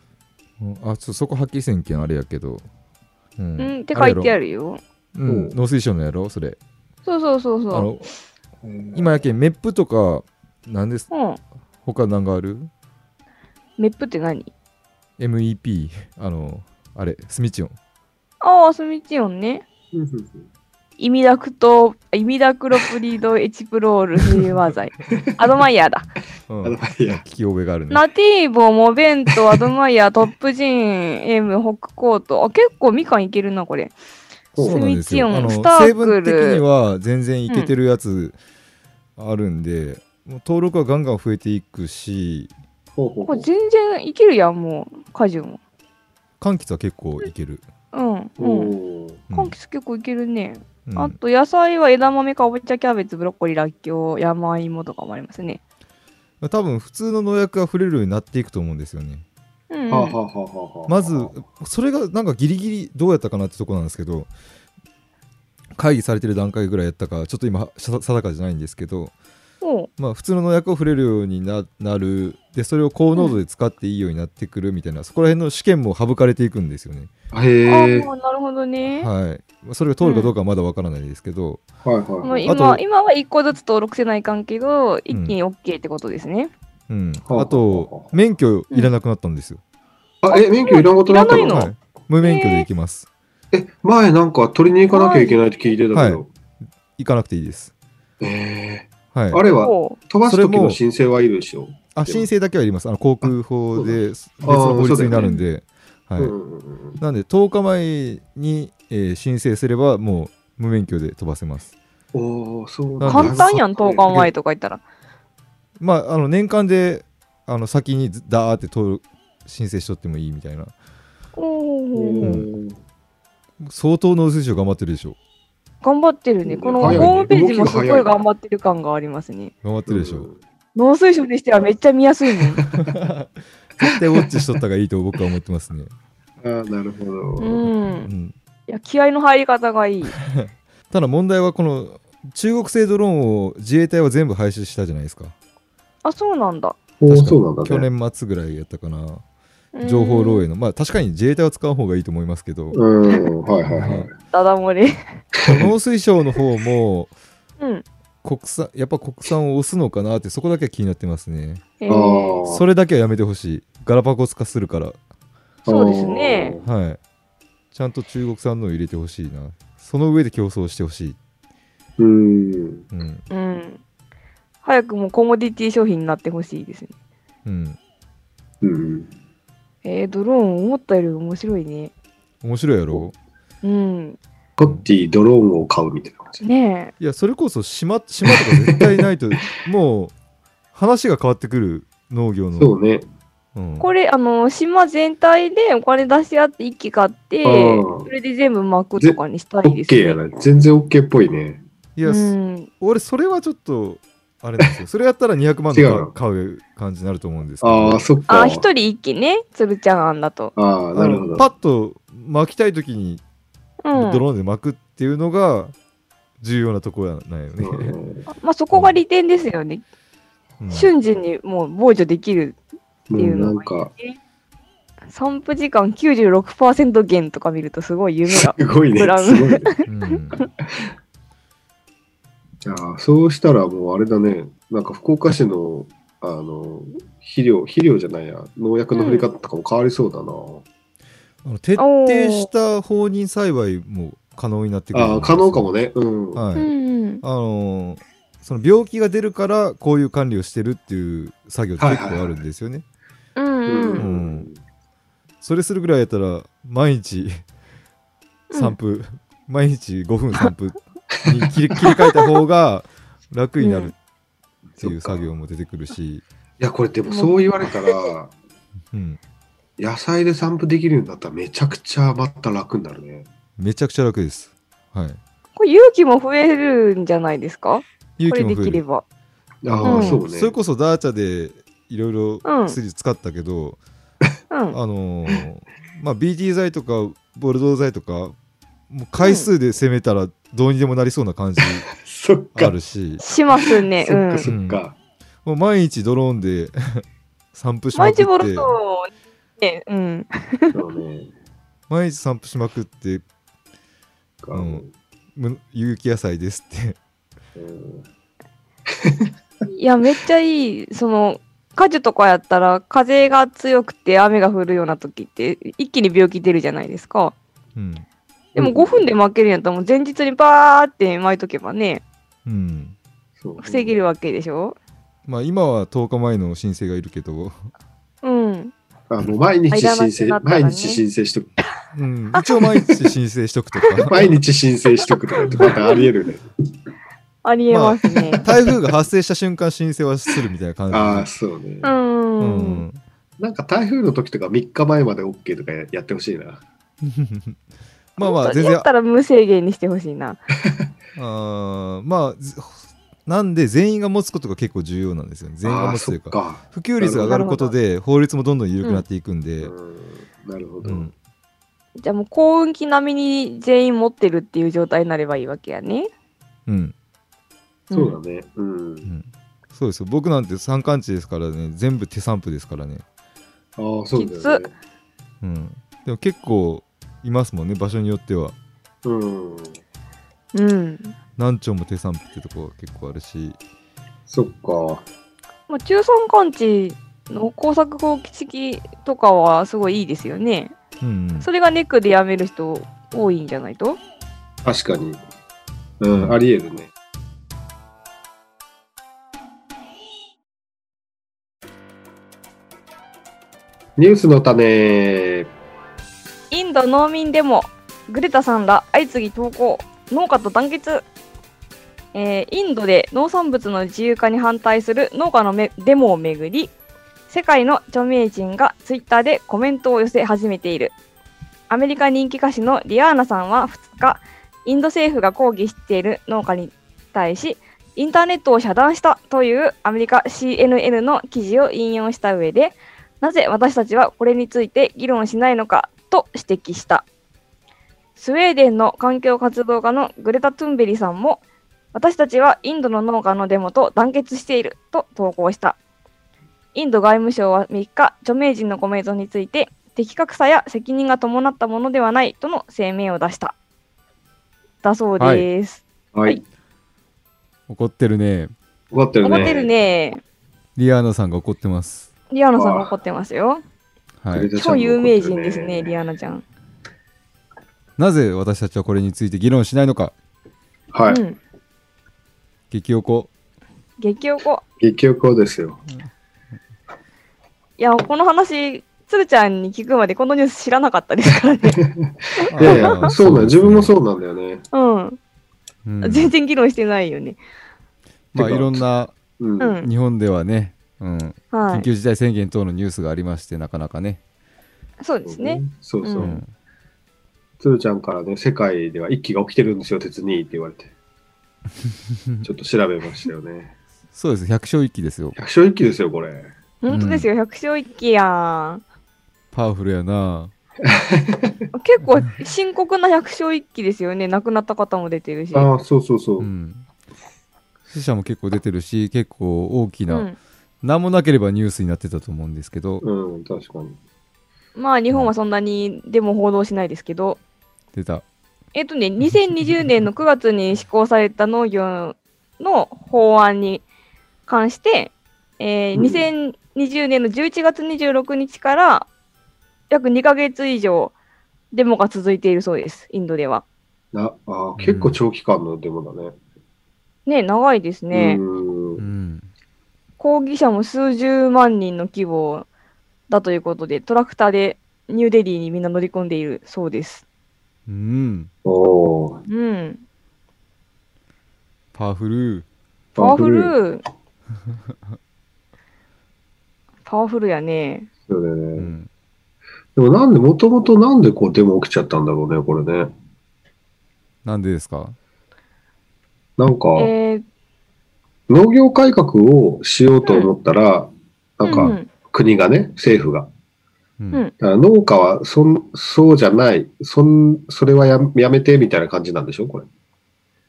Speaker 1: うんあ、ちょそこはっきりせんけん、あれやけど。う
Speaker 2: うんん、って書いてあ
Speaker 1: る。
Speaker 2: るよ。
Speaker 1: うん、
Speaker 3: おう
Speaker 1: 農水省のやろ、それ。
Speaker 2: そうそうそう
Speaker 1: あ
Speaker 2: そ
Speaker 1: の、今やけん、メップとか、なんです、
Speaker 2: う。うん。
Speaker 1: 他何がある
Speaker 2: メップって何
Speaker 1: ?MEP、あの、あれ、スミチオン。
Speaker 2: ああ、スミチオンね。
Speaker 3: うんうんうん
Speaker 2: イミダクト、イミダクロプリドエチプロール平和剤。アドマイヤーだ。
Speaker 1: うん
Speaker 3: あの、いや、
Speaker 1: 聞き覚えがあるね。
Speaker 2: ナティーボ、モベント、アドマイヤー、トップジーン、エム、ホックコート。あ、結構みかんいけるな、これ。
Speaker 1: そうなんですよ。
Speaker 2: スミチオン
Speaker 1: あの
Speaker 2: スタークル
Speaker 1: 成分的には全然いけてるやつあるんで、もう登録はガンガン増えていくし、
Speaker 3: ほうほ
Speaker 2: こ
Speaker 3: うほ
Speaker 2: れ
Speaker 3: う
Speaker 2: 全然いけるやん、もう。果樹も。
Speaker 1: 柑橘は結構いける。
Speaker 2: うん。うん。
Speaker 3: おー
Speaker 1: うん
Speaker 2: 柑橘結構いけるね。
Speaker 1: うん
Speaker 2: あと、野菜は枝豆、かぼちゃ、キャベツ、ブロッコリー、らっきょう、山芋とかもありますね。
Speaker 1: 多分普通の農薬が触れるようになっていくと思うんですよね。
Speaker 2: うん、うん。
Speaker 3: はあはあはあはあはあ
Speaker 1: まずそれがなんかギリギリどうやったかなってとこなんですけど会議されてる段階ぐらいやったかちょっと今さ定かじゃないんですけど
Speaker 2: おおう
Speaker 1: まあ、普通の農薬を触れるようにななるでそれを高濃度で使っていいようになってくるみたいな、そこら辺の試験も省かれていくんですよね。
Speaker 3: あへえ。
Speaker 2: ああ
Speaker 3: はい
Speaker 2: ーなるほどね、
Speaker 1: はいまあ、それが通るかどうかはまだわからないですけど、
Speaker 2: も
Speaker 3: は
Speaker 2: う
Speaker 3: い。
Speaker 1: あ
Speaker 2: 今
Speaker 1: と
Speaker 2: 今は1個ずつ登録せないかんけど一気に OK ってことですね、
Speaker 1: うん、
Speaker 3: はあ
Speaker 1: あと免許いらなくなったんですよ、
Speaker 3: あ、え、免許いらんことなった
Speaker 2: いら
Speaker 1: は、
Speaker 2: ない
Speaker 1: 無免許で行きます、
Speaker 3: え、前なんか取りに行かなきゃいけないって聞いてたけど。
Speaker 1: 行かなくていいです
Speaker 3: え
Speaker 1: はい
Speaker 3: ー、あれは
Speaker 2: おう
Speaker 3: 飛ばす時
Speaker 1: それ
Speaker 3: の
Speaker 1: も
Speaker 3: 申請はいるでしょ。
Speaker 1: あ申請だけはいりますあの航空法で別
Speaker 3: そうだ
Speaker 1: の法
Speaker 3: あーそうだ
Speaker 1: 律
Speaker 3: よね
Speaker 1: になるんで、はい
Speaker 3: うんうんうん
Speaker 1: なんで10日前に、えー申請すればもう無免許で飛ばせます
Speaker 3: おお、そう
Speaker 1: あ
Speaker 2: 簡単やん
Speaker 3: 投
Speaker 2: 10
Speaker 3: 函
Speaker 2: 日前とか言ったら
Speaker 1: まああの年間であの先にずダーって登録申請しとってもいいみたいな
Speaker 2: おお
Speaker 1: ん相当農水省頑張ってるでしょ
Speaker 2: 頑張ってるねこのホ
Speaker 1: 早いね
Speaker 2: ームページもすごい
Speaker 3: 動きが早い
Speaker 2: 頑張ってる感がありますね
Speaker 1: 頑張ってるでし [LAUGHS] ょ、
Speaker 2: 農水省にしてはめっちゃ見やすいもん
Speaker 1: 絶対ウォッチしとった方がいいと僕は思ってますね、
Speaker 3: ああ、なるほど。
Speaker 2: う
Speaker 1: [LAUGHS] うんん、
Speaker 2: いや気合の入り方がいい
Speaker 1: ただ問題はこの中国製ドローンを自衛隊は全部廃止したじゃないですか
Speaker 2: あそうなんだ
Speaker 3: お
Speaker 1: 確
Speaker 3: お、
Speaker 1: か
Speaker 3: そうなんだ
Speaker 1: 去
Speaker 3: ね。
Speaker 1: 年末ぐらいやったかな情報漏洩
Speaker 2: 洩
Speaker 1: のまあ確かに自衛隊は使う方がいいと思いますけど
Speaker 3: うん、はいはいはい。
Speaker 2: ダダ漏れ
Speaker 1: 農水省の方も
Speaker 2: うん
Speaker 1: 国産やっぱ国産を押すのかなってそこだけは気になってますね
Speaker 2: え
Speaker 3: あ
Speaker 2: ー、
Speaker 3: ー
Speaker 1: それだけはやめてほしいガラパゴス化するから
Speaker 2: そうですね。
Speaker 1: はいちゃんと中国産のを入れてほしいなその上で競争してほしい、
Speaker 3: うーん。
Speaker 1: うん
Speaker 2: うん早くもうコモディティ商品になってほしいですね
Speaker 1: うん、
Speaker 3: うん。
Speaker 2: えー、ドローン思ったより面白いね
Speaker 1: 面白いやろ
Speaker 2: うん
Speaker 3: コッティドローンを買うみたいな感じ。
Speaker 2: ね
Speaker 1: いやそれこそ島島とか絶対ないと
Speaker 3: [LAUGHS]
Speaker 1: もう話が変わってくる農業の
Speaker 3: そうね。
Speaker 1: うん
Speaker 2: えこれあの島全体でお金出し合って一気買って
Speaker 3: うん
Speaker 2: それで全部巻くとかにした
Speaker 3: オ
Speaker 2: いで
Speaker 3: ッ
Speaker 2: す
Speaker 3: ケー
Speaker 2: ね
Speaker 3: やな。全然オッケーっぽいね。
Speaker 1: いや、
Speaker 2: うん
Speaker 1: 俺それはちょっとあれなんですよそれやったら200万
Speaker 3: 違
Speaker 1: と
Speaker 3: うの
Speaker 1: か買う感じになると思うんですけど
Speaker 3: ああ、そっか。
Speaker 2: あ一人一気ね鶴ちゃんあんだと
Speaker 3: ああ、
Speaker 1: あ
Speaker 3: なるほ
Speaker 1: の
Speaker 3: ど。
Speaker 1: パッと巻きたい時に
Speaker 2: うん
Speaker 1: ドローンで巻くっていうのが重要なところなんよね、
Speaker 3: うん
Speaker 2: まあそこが利点ですよね、 [LAUGHS]
Speaker 1: うん
Speaker 2: 瞬時にもう防除できる
Speaker 3: も
Speaker 2: っていううの
Speaker 3: な
Speaker 2: が
Speaker 3: んか、
Speaker 2: 散布時間96%減とか見るとすごい夢
Speaker 3: す
Speaker 2: が
Speaker 3: ごいね。
Speaker 2: ブラウン
Speaker 3: すごいね。
Speaker 1: うん
Speaker 3: ああ、そうしたらもうあれだね。なんか福岡市の、あの、肥料、肥料じゃないや、農薬の振り方とかも変わりそうだな。
Speaker 1: あの徹底した放任栽培も可能になってくる
Speaker 3: ああ、可能かも、ね。うん。
Speaker 1: はい
Speaker 2: うん
Speaker 1: あのーその病気が出るからこういう管理をしてるっていう作業って結構あるんですよね、
Speaker 2: うんうん、
Speaker 1: んそれするぐらいやったら毎日
Speaker 2: うん
Speaker 1: 散布、 [LAUGHS] 毎日5分散布に切り [LAUGHS] 切り替えた方が楽になるっていう作業も出てくるし、
Speaker 3: いや、これでもそう言われたら、
Speaker 1: うん、
Speaker 3: 野菜で散布できるようになったらめちゃくちゃまた楽になるね。
Speaker 1: めちゃくちゃ楽です。はい、
Speaker 2: これ勇気も増えるんじゃないですかこ
Speaker 1: 勇気も
Speaker 2: れで
Speaker 1: 増え
Speaker 2: きれ
Speaker 1: る。
Speaker 2: ば。
Speaker 3: ああ、
Speaker 2: うん
Speaker 3: そうね。
Speaker 1: それこそダーチャでいろいろ
Speaker 2: うん
Speaker 1: 薬使ったけど、
Speaker 2: うん、
Speaker 1: あのーまあ BT 剤とかボルドー剤とかもう回数で攻めたらどうにでもなりそうな感じ
Speaker 3: そっか。
Speaker 1: あるし、
Speaker 2: しますね。う
Speaker 3: そっ
Speaker 2: ん
Speaker 3: か、。そっか。
Speaker 1: もう毎日ドローンで [LAUGHS] 散布しま
Speaker 2: 毎
Speaker 1: くって
Speaker 2: 日ボルトね、うん。
Speaker 3: そうね。
Speaker 1: 毎日散布しまくって
Speaker 3: か
Speaker 1: うんむ有機野菜ですって
Speaker 3: うん
Speaker 2: いや、めっちゃいい。その、果樹とかやったら、風が強くて雨が降るような時って、一気に病気出るじゃないですか。
Speaker 1: うん、
Speaker 2: でも
Speaker 3: うん
Speaker 2: 5分で負けるんやったら、もう前日にバーって巻いとけばね、
Speaker 1: うん、
Speaker 3: そう
Speaker 2: 防げるわけでしょ
Speaker 1: まあ今は10日前の申請がいるけど、
Speaker 2: うん。
Speaker 3: あもう毎日申請、
Speaker 2: いらなくなったらね
Speaker 3: 毎日申請しとく。
Speaker 1: うん、一応毎日申請しとくとか
Speaker 3: [LAUGHS] 毎日申請しとくとかってまたありえるね。
Speaker 2: ありえますね。
Speaker 1: 台風が発生した瞬間申請はするみたいな
Speaker 3: あ
Speaker 1: 感
Speaker 3: あ、そ
Speaker 2: う
Speaker 3: うね。
Speaker 2: ん。
Speaker 1: じ、う
Speaker 2: うん
Speaker 1: ん、
Speaker 3: なんか台風の時とか3日前まで OK とかややってほしいな。
Speaker 1: [LAUGHS] まあまあ
Speaker 2: それ
Speaker 1: 全
Speaker 2: や
Speaker 1: 然
Speaker 2: ったら無制限にしてほしいな。
Speaker 1: あーまあずなんで全員が持つことが結構重要なんですよね全員が
Speaker 3: ああ、
Speaker 1: 持つとい
Speaker 3: そっ
Speaker 1: うか
Speaker 3: か。
Speaker 1: 普及率が上がることで法律もどんどん緩くなっていくんで、
Speaker 3: うんなるほ
Speaker 1: う
Speaker 3: ど。
Speaker 1: ん
Speaker 2: じゃあもう幸運期並みに全員持ってるっていう状態になればいいわけやね。
Speaker 1: うん
Speaker 3: そうだね。うん。
Speaker 1: うんそうですよ僕なんて山間地ですからね全部手散布ですからね、
Speaker 3: ああ、そうだよね。
Speaker 1: うん、でも結構いますもんね場所によっては
Speaker 3: うん。
Speaker 2: うん。
Speaker 1: 南町も手散布ってとこ結構あるし
Speaker 3: そっか。
Speaker 2: まあ、中山間地の工作放棄式とかはすごいいいですよね。
Speaker 1: うん、うん
Speaker 2: それがネックでやめる人多いんじゃないと
Speaker 3: 確かに。うん、あり得るね。ニュースの種。
Speaker 2: インド農民デモ、グレタさんら相次ぎ投稿、農家と団結。えーインドで農産物の自由化に反対する農家のめデモをめぐり、世界の著名人がツイッターでコメントを寄せ始めている。アメリカ人気歌手のリアーナさんは2日、インド政府が抗議している農家に対し、インターネットを遮断したというアメリカ CNN の記事を引用した上で、なぜ私たちはこれについて議論しないのかと指摘した。スウェーデンの環境活動家のグレタ・トゥンベリさんも、私たちはインドの農家のデモと団結していると投稿した。インド外務省は3日、著名人のコメントについて、的確さや責任が伴ったものではないとの声明を出した。だそうです。
Speaker 3: はい。
Speaker 1: 怒ってるね
Speaker 3: 怒ってるね。
Speaker 2: 怒ってる。ね。
Speaker 1: リアーナさんが怒ってます
Speaker 2: リアナさんが怒ってますよ。
Speaker 1: は
Speaker 3: グレ
Speaker 1: い
Speaker 3: タちゃ
Speaker 2: 超
Speaker 3: んも怒
Speaker 2: 有
Speaker 3: ってる
Speaker 2: 名人ですね、リアナちゃん。
Speaker 1: なぜ私たちはこれについて議論しないのか
Speaker 3: は
Speaker 2: う
Speaker 3: い。
Speaker 2: ん。
Speaker 1: 激おこ
Speaker 2: 激おこ。
Speaker 3: 激横ですよ。
Speaker 2: いや、この話、鶴ちゃんに聞くまでこのニュース知らなかったですからね。
Speaker 3: いやいや、そうなん、自分も
Speaker 1: う
Speaker 3: そうなんだよね。
Speaker 2: うん。
Speaker 1: ですね、うん
Speaker 2: 全然議論してないよね。
Speaker 1: まあいろんな
Speaker 3: う。
Speaker 2: うんん。
Speaker 1: 日本ではね、うん、
Speaker 2: は
Speaker 1: 緊
Speaker 2: い。
Speaker 1: 急事態宣言等のニュースがありましてなかなかね、
Speaker 2: そうですね。。
Speaker 3: そうそうう。
Speaker 1: ん、
Speaker 3: つるちゃんからね、世界では一気が起きてるんですよ、鉄にって言わ [LAUGHS] れて。ちょっと調べましたよね。
Speaker 1: そうです百姓一揆ですよ
Speaker 3: 百姓一気ですよ、これ。
Speaker 2: 本当ですよ、百姓一揆やん。
Speaker 1: パワフルやな
Speaker 2: 結構深刻な百姓一揆ですよね。亡くなった方も出てるし。
Speaker 3: ああ、そうそうそうう。
Speaker 1: ん、死者も結構出てるし結構大き
Speaker 2: う
Speaker 1: な、
Speaker 2: ん、
Speaker 1: 何もなければニュースになってたと思うんですけど、
Speaker 3: うん、確かに。
Speaker 2: まあ、日本はそんなにでも報道しないですけど、
Speaker 1: 出た
Speaker 2: えっとね、2020年の9月に施行された農業の法案に関して、えー
Speaker 3: うん
Speaker 2: 2020年の11月26日から約2ヶ月以上デモが続いているそうです、インドでは。
Speaker 3: なああ結構長期間のデモだね。
Speaker 2: ね、長いですね。
Speaker 1: う
Speaker 3: うん
Speaker 2: 抗議者も数十万人の規模だということで、トラクターでニューデリーにみんな乗り込んでいるそうです。
Speaker 1: うん
Speaker 3: おおー。
Speaker 2: うん。
Speaker 1: パワフル
Speaker 2: パワフル。パワフルやね。
Speaker 3: そうだよ
Speaker 1: う
Speaker 3: ね。
Speaker 1: ん
Speaker 3: でもなんで、もともとなんでこうデモ起きちゃったんだろうね、これね。
Speaker 1: なんでですか
Speaker 3: なんか、
Speaker 2: えー、
Speaker 3: 農業改革をしようと思ったら、なん
Speaker 2: う
Speaker 3: か、国がね、政府が。
Speaker 1: うん
Speaker 2: うん
Speaker 3: だから農家はそん、そうじゃない、そん、それはややめてみたいな感じなんでしょ、これ。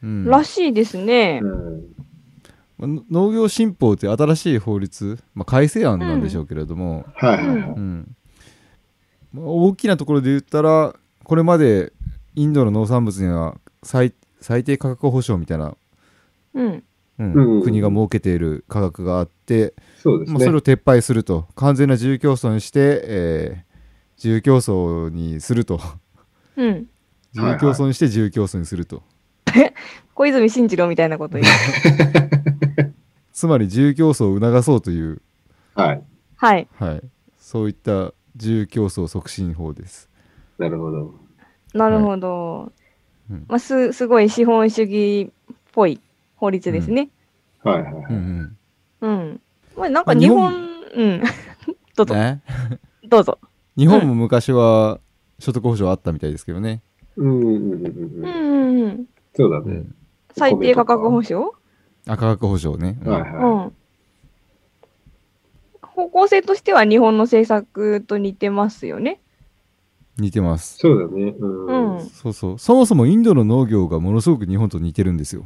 Speaker 1: うん
Speaker 2: らしいですね。
Speaker 3: うん。
Speaker 1: まあ農業新法って新しい法律、まあ、改正案なんでしょうけれども、
Speaker 3: はいはいはい。
Speaker 1: うんまあ大きなところで言ったらこれまでインドの農産物には最最低価格保障みたいな、
Speaker 2: うん。
Speaker 1: うん
Speaker 3: うん
Speaker 1: 国が設けている価格があって、
Speaker 3: そうです
Speaker 1: まあ、それ
Speaker 3: ね。
Speaker 1: を撤廃すると完全な自由競争にして、えー自由競争にすると
Speaker 2: うん。
Speaker 1: 自由競争にして自由競争にすると、
Speaker 2: 小泉進次郎みたいなこと言う。
Speaker 1: つまり自由競争を促そうという、
Speaker 3: はい。
Speaker 2: はい。
Speaker 1: はい、そういった自由競争促進法です。
Speaker 3: なるほど。
Speaker 2: なるほど。
Speaker 1: うん
Speaker 2: まあ、す、すごい資本主義っぽい法律ですね。
Speaker 3: はいはいは
Speaker 1: う
Speaker 3: い。
Speaker 1: ん
Speaker 2: うん。まあ、なんか
Speaker 1: まあ
Speaker 2: 日
Speaker 1: 日
Speaker 2: 本、
Speaker 1: 本
Speaker 2: うん。
Speaker 1: う
Speaker 2: どう
Speaker 1: ん
Speaker 2: ぞ、
Speaker 1: ね、
Speaker 2: どうぞ。
Speaker 1: 日本も昔は所得保障あったみたいですけどね。
Speaker 3: うんうんうんうん
Speaker 2: う
Speaker 3: うんん。
Speaker 2: うんうん。
Speaker 3: そうだね。
Speaker 2: 最低価格保証
Speaker 1: あ価格保障ね、うん
Speaker 3: はいは
Speaker 2: うん。方向性としては日本の政策と似てますよね。
Speaker 1: 似てま
Speaker 3: い。
Speaker 1: す
Speaker 3: そうだね。うん。
Speaker 2: うん
Speaker 1: そうそうそもそもインドの農業がものすごく日本と似てるんですよ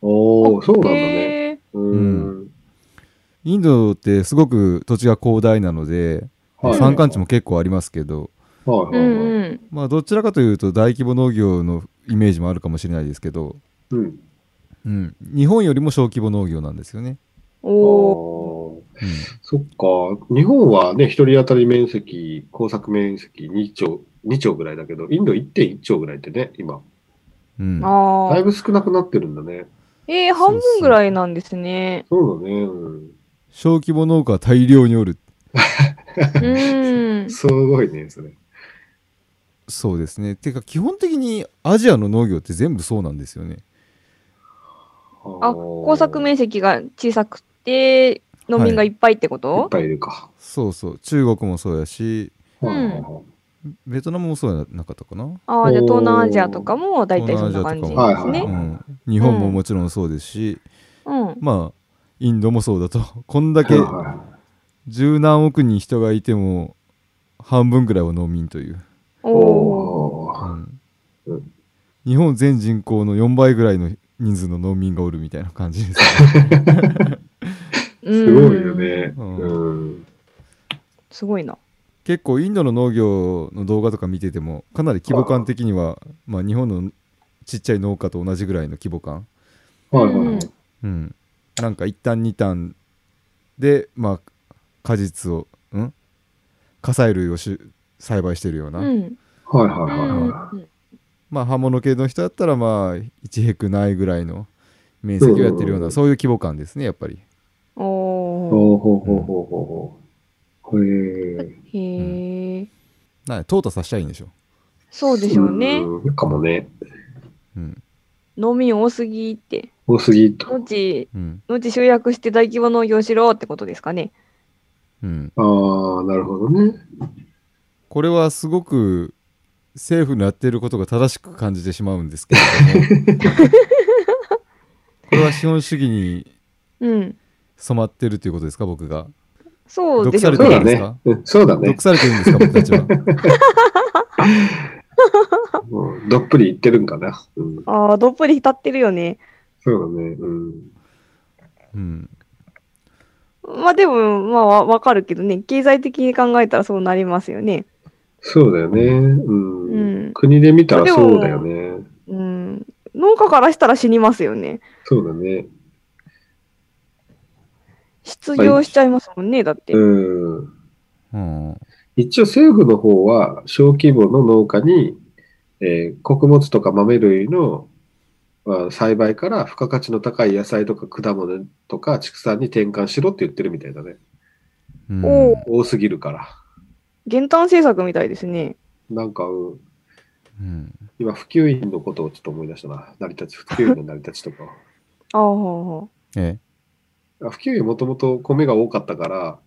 Speaker 3: おお、そうなんだね。
Speaker 2: へー
Speaker 3: うん。
Speaker 1: インドってすごく土地が広大なので、まあ
Speaker 3: はい
Speaker 1: 山間地も結構ありますけど、
Speaker 3: は
Speaker 2: うん
Speaker 3: いはいはい。
Speaker 2: うん。
Speaker 1: まあ、どちらかというと大規模農業のイメージもあるかもしれないですけど、
Speaker 3: うん。
Speaker 1: うん、日本よりも小規模農業なんですよね。
Speaker 2: おー
Speaker 3: あーそっか。日本はね、一人当たり面積、工作面積2兆、2兆ぐらいだけど、インド1.1兆ぐらいってね、今。
Speaker 1: うんうん
Speaker 2: あ
Speaker 3: だい
Speaker 2: ー
Speaker 3: ぶ少なくなってるんだね。
Speaker 2: えー、半分ぐらいなんです
Speaker 3: [LAUGHS]
Speaker 2: ね。
Speaker 3: そうだね。うん
Speaker 1: 小規模農家は大量におる
Speaker 2: うーん。
Speaker 3: すごいね、それ。
Speaker 1: そうですねてか基本的にアジアの農業って全部そうなんですよね。
Speaker 2: あ、 [LAUGHS] 工作
Speaker 3: い
Speaker 2: 面積が小さくて、農民がいっぱいってこ
Speaker 3: っ
Speaker 2: と、
Speaker 3: ぱいいるか。
Speaker 1: そうそう中国もそうやし
Speaker 2: うん
Speaker 3: はいはいはい
Speaker 1: ベトナムもそうやなかったかな。
Speaker 2: ああ、じゃあ東南アジアとかも大体そんな感じですね。
Speaker 3: 東南アジアとかもはいはいは
Speaker 1: う
Speaker 3: い
Speaker 1: ん、日本ももちろんそうですし、
Speaker 2: うん。
Speaker 1: まあインドもそうだと [LAUGHS] こんだけ
Speaker 3: はいはいはい
Speaker 1: 十何億人人がいても半分ぐらいは農民という、
Speaker 2: おお。
Speaker 1: う
Speaker 3: おー
Speaker 1: ん
Speaker 3: うん
Speaker 1: 日本全人口の4倍ぐらいの人数の農民がおるみたいな感じですね、
Speaker 3: [LAUGHS]
Speaker 2: す
Speaker 3: すごいよ。ね。
Speaker 1: うん
Speaker 3: うん。
Speaker 2: すごいな。
Speaker 1: 結構インドの農業の動画とか見ててもかなり規模感的にはまあ、日本のちっちゃい農家と同じぐらいの規模感、
Speaker 3: はいはいはい。
Speaker 1: うん、なんか一旦二旦でまあ果実をん果菜類をし栽培してるよう
Speaker 2: う
Speaker 1: な、
Speaker 2: ん。
Speaker 3: はいはいうはい
Speaker 2: ん
Speaker 3: は
Speaker 1: まあ刃物系の人だったらまあ1ヘクないぐらいの面積をやってるよう
Speaker 3: う
Speaker 1: なんそういう規模感ですねやっぱり。
Speaker 2: お
Speaker 3: い。
Speaker 2: お。
Speaker 3: ほうほうほうほうほうほう。へえ。
Speaker 2: へえ。
Speaker 1: なんで淘汰させたいんでしょ。
Speaker 2: そうでしょうね。
Speaker 3: んかもね。
Speaker 1: うん
Speaker 2: 農民多すぎって。
Speaker 3: 多すぎと。
Speaker 2: 農地、
Speaker 1: うん
Speaker 2: 農地集約して大規模農業しろってことですかね。
Speaker 1: うん、
Speaker 3: ああ、なるほどね。
Speaker 1: これはすごく政府のやってることが正しく感じてしまうんですけれども [LAUGHS] これは資本主義に
Speaker 2: うん。
Speaker 1: 染まってるということですか僕が
Speaker 2: そうでしょう
Speaker 1: ど
Speaker 3: そうう
Speaker 1: な
Speaker 3: だ
Speaker 1: ん
Speaker 2: ね。
Speaker 1: です
Speaker 3: ね
Speaker 1: か。
Speaker 3: うんそうだね
Speaker 1: 毒。されてるんですか僕たちは
Speaker 3: うんどっぷりいってるんかな。うん
Speaker 2: ああ、どっぷり浸ってるよね。
Speaker 3: そうだね。うん。
Speaker 1: うん
Speaker 2: まあでも、まあわわかるけどね、経済的に考えたらそうなりますよね。
Speaker 3: そうだよね。
Speaker 2: う
Speaker 3: うんん。国で見たらそうだよね。
Speaker 2: うん。農家からしたら死にますよね。
Speaker 3: そうだね。
Speaker 2: 失業しちゃいますもんね、だって。
Speaker 3: うん。
Speaker 1: うん
Speaker 3: 一応政府の方は小規模の農家に、えー穀物とか豆類の、まあ、栽培から付加価値の高い野菜とか果物とか畜産に転換しろって言ってるみたいだね。
Speaker 1: うん
Speaker 2: おう
Speaker 3: 多すぎるから。
Speaker 2: 減反政策みたいですね。
Speaker 3: なんか、うん
Speaker 1: うん
Speaker 3: 今普及員のことをちょっと思い出したな。成り立ち、普及員の成り立ちとかを。
Speaker 1: [LAUGHS]
Speaker 2: ああ、
Speaker 1: ええ
Speaker 3: あ普及員もともと米が多かったから、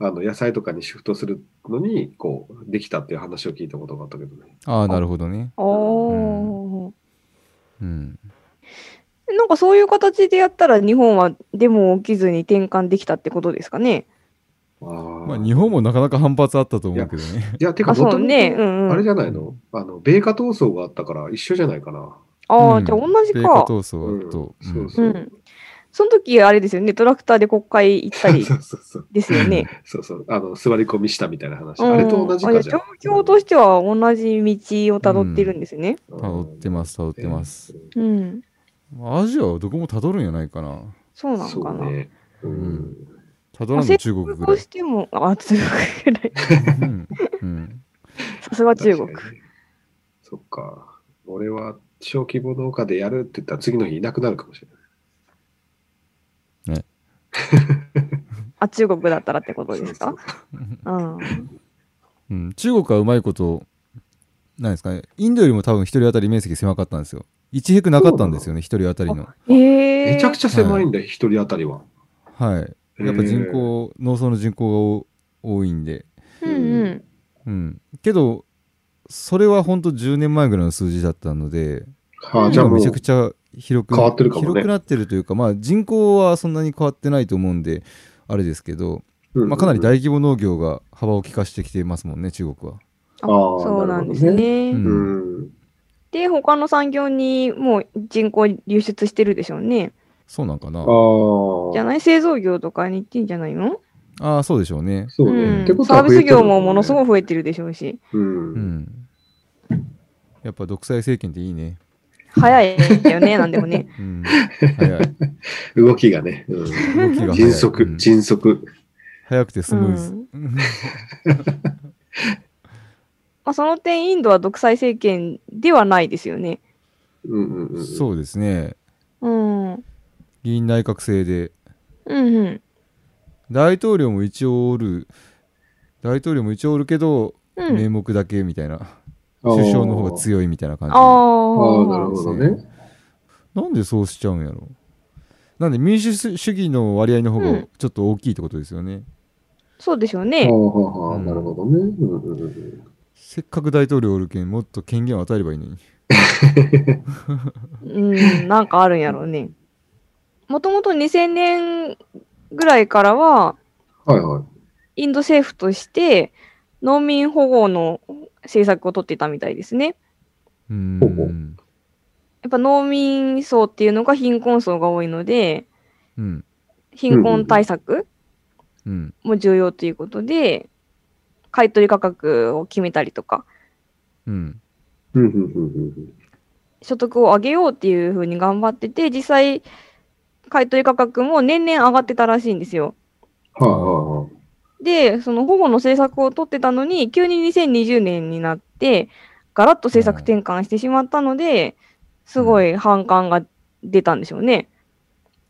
Speaker 3: あの野菜とかにシフトするのに、こう、できたっていう話を聞いたことがあったけどね。
Speaker 1: ああなるほどね
Speaker 2: ああ。
Speaker 1: うん
Speaker 2: なんかそういう形でやったら日本はデモを起きずに転換できたってことですかね。
Speaker 3: あ
Speaker 1: ま
Speaker 3: ー
Speaker 1: あ日本もなかなか反発あったと思うけどね
Speaker 3: いや、てか、
Speaker 2: あ、
Speaker 3: も
Speaker 2: そ
Speaker 3: と
Speaker 2: う
Speaker 3: も
Speaker 2: ね。うん
Speaker 3: あ
Speaker 2: う
Speaker 3: れ
Speaker 2: ん。
Speaker 3: じゃないのあの、米価闘争があったから一緒じゃないかな。
Speaker 2: ああ、じゃあ同じ
Speaker 1: 米価
Speaker 2: か。。
Speaker 1: 闘争と、
Speaker 3: うんそうそううん
Speaker 2: その時あれですよね、トラクターで国会行ったり
Speaker 3: そうそうそう。
Speaker 2: ですよね。
Speaker 3: そうそう。あの、座り込みしたみたいな話。
Speaker 2: うん
Speaker 3: あれと同じ
Speaker 2: あ
Speaker 3: か
Speaker 2: じ
Speaker 3: じ
Speaker 2: ゃ
Speaker 3: ゃ
Speaker 2: あ状況としては同じ道をたどってるんですね。
Speaker 1: 辿って
Speaker 3: す。
Speaker 1: ます辿ってます、
Speaker 2: うん。
Speaker 1: まあアジアはどこも辿るんじゃないかな
Speaker 2: そうなの
Speaker 3: そ
Speaker 2: か
Speaker 3: う
Speaker 2: な。
Speaker 3: ね。うん。
Speaker 1: 辿らんの中国ぐ
Speaker 2: ど
Speaker 1: ら
Speaker 2: う
Speaker 1: い
Speaker 2: しても、あ、中国ぐらい。
Speaker 1: うんうん
Speaker 2: さすが中国。
Speaker 3: 確かにね。そっか。俺は小規模農家でやるって言ったら次の日いなくなるかもしれない。
Speaker 2: あ、中国だったらってことです
Speaker 3: そ
Speaker 2: か
Speaker 3: うそう
Speaker 2: うん。
Speaker 1: うん、中国はうまいことなんですかねインドよりも多分一人当たり面積狭かったんですよ1ヘクなかったんですよね一人当たりの
Speaker 2: ええ。
Speaker 3: めちゃくちゃ狭いんだよ、一人当たりは。
Speaker 1: はいやっぱ人口、農村の人口が多多いんで
Speaker 2: うんうん。
Speaker 1: うんけどそれは本当10年前ぐらいの数字だったので
Speaker 3: えー。はあ、じゃあ
Speaker 1: 今
Speaker 3: もう
Speaker 1: めちゃくちゃ広く
Speaker 3: 変わってるかもね
Speaker 1: 広くなってるというかまあ人口はそんなに変わってないと思うんであれですけど、
Speaker 3: うん
Speaker 1: まあ、かなり大規模農業が幅を利かしてきてますもんね中国は。
Speaker 2: あ
Speaker 3: あー
Speaker 2: そうなんです
Speaker 3: な
Speaker 2: ね。
Speaker 1: うん
Speaker 3: うん。
Speaker 2: で、他の産業にもう人口流出してるでしょうね。
Speaker 1: そうなんかな
Speaker 3: ああ。
Speaker 2: じゃない製造業とかに行ってんじゃないの
Speaker 1: ああそうでしょうね
Speaker 3: そうね。
Speaker 2: うん
Speaker 3: ってこと
Speaker 2: サー
Speaker 3: は
Speaker 2: ビス業もものす
Speaker 3: い。
Speaker 2: ごい増えてるでしょうし、
Speaker 3: う。
Speaker 1: うんんやっぱ独裁政権っていいね
Speaker 2: 早いよね、なんでも
Speaker 3: [LAUGHS]
Speaker 2: ね。
Speaker 1: うん早い
Speaker 3: 動きがね。う
Speaker 1: 動
Speaker 3: ん
Speaker 1: きが早い
Speaker 3: 迅
Speaker 1: う
Speaker 3: 速、
Speaker 1: ん
Speaker 3: 迅速。
Speaker 1: 早くてスムーズ、
Speaker 2: まあ、その点、インドは独裁政権ではないですよね。
Speaker 3: うんうんう
Speaker 1: [LAUGHS]
Speaker 3: ん。
Speaker 1: そうですね
Speaker 2: うん。うん
Speaker 1: 議員内閣制で
Speaker 2: うん。
Speaker 1: 大統領も一応おる大統領も一応おるけど、
Speaker 2: うん、
Speaker 1: 名目だけみたいな
Speaker 3: あー
Speaker 1: 首相の方が強いみたいな感
Speaker 2: あ
Speaker 1: じで
Speaker 3: ああ、なる
Speaker 2: あ。
Speaker 3: ほどね。
Speaker 1: なんでそうしちゃうんやろなんで民主主義の割合の方
Speaker 2: う
Speaker 1: が
Speaker 2: ん
Speaker 1: ちょっと大きいってことですよね、
Speaker 2: そうでしょう
Speaker 3: あ
Speaker 2: ね。
Speaker 3: あ、ああ
Speaker 1: うん
Speaker 3: なるほどね。うんうんうん
Speaker 1: せっかく大統領おるけんもっと権限を与えればいいのに
Speaker 2: うん、なんかあるんやろうね。もともと2000年ぐらいからは、
Speaker 3: はいはい。
Speaker 2: インド政府として農民保護の政策を取っていたみたいですね。
Speaker 1: うーん
Speaker 3: ほうほう
Speaker 2: やっぱ農民層っていうのが貧困層が多いので、
Speaker 1: うん
Speaker 2: 貧困対策
Speaker 1: うん
Speaker 2: も重要ということで、買取価格を決めたりとか、
Speaker 1: うん
Speaker 3: うんうんうん
Speaker 2: 所得を上げようっていうふうに頑張ってて、実際、買取価格も年々上がってたらしいんですよ。
Speaker 3: うん。はいはいはい。
Speaker 2: で、その保護の政策を取ってたのに、急に2020年になって、ガラッと政策転換してしまったので、すごい反感が出たんでしょうね。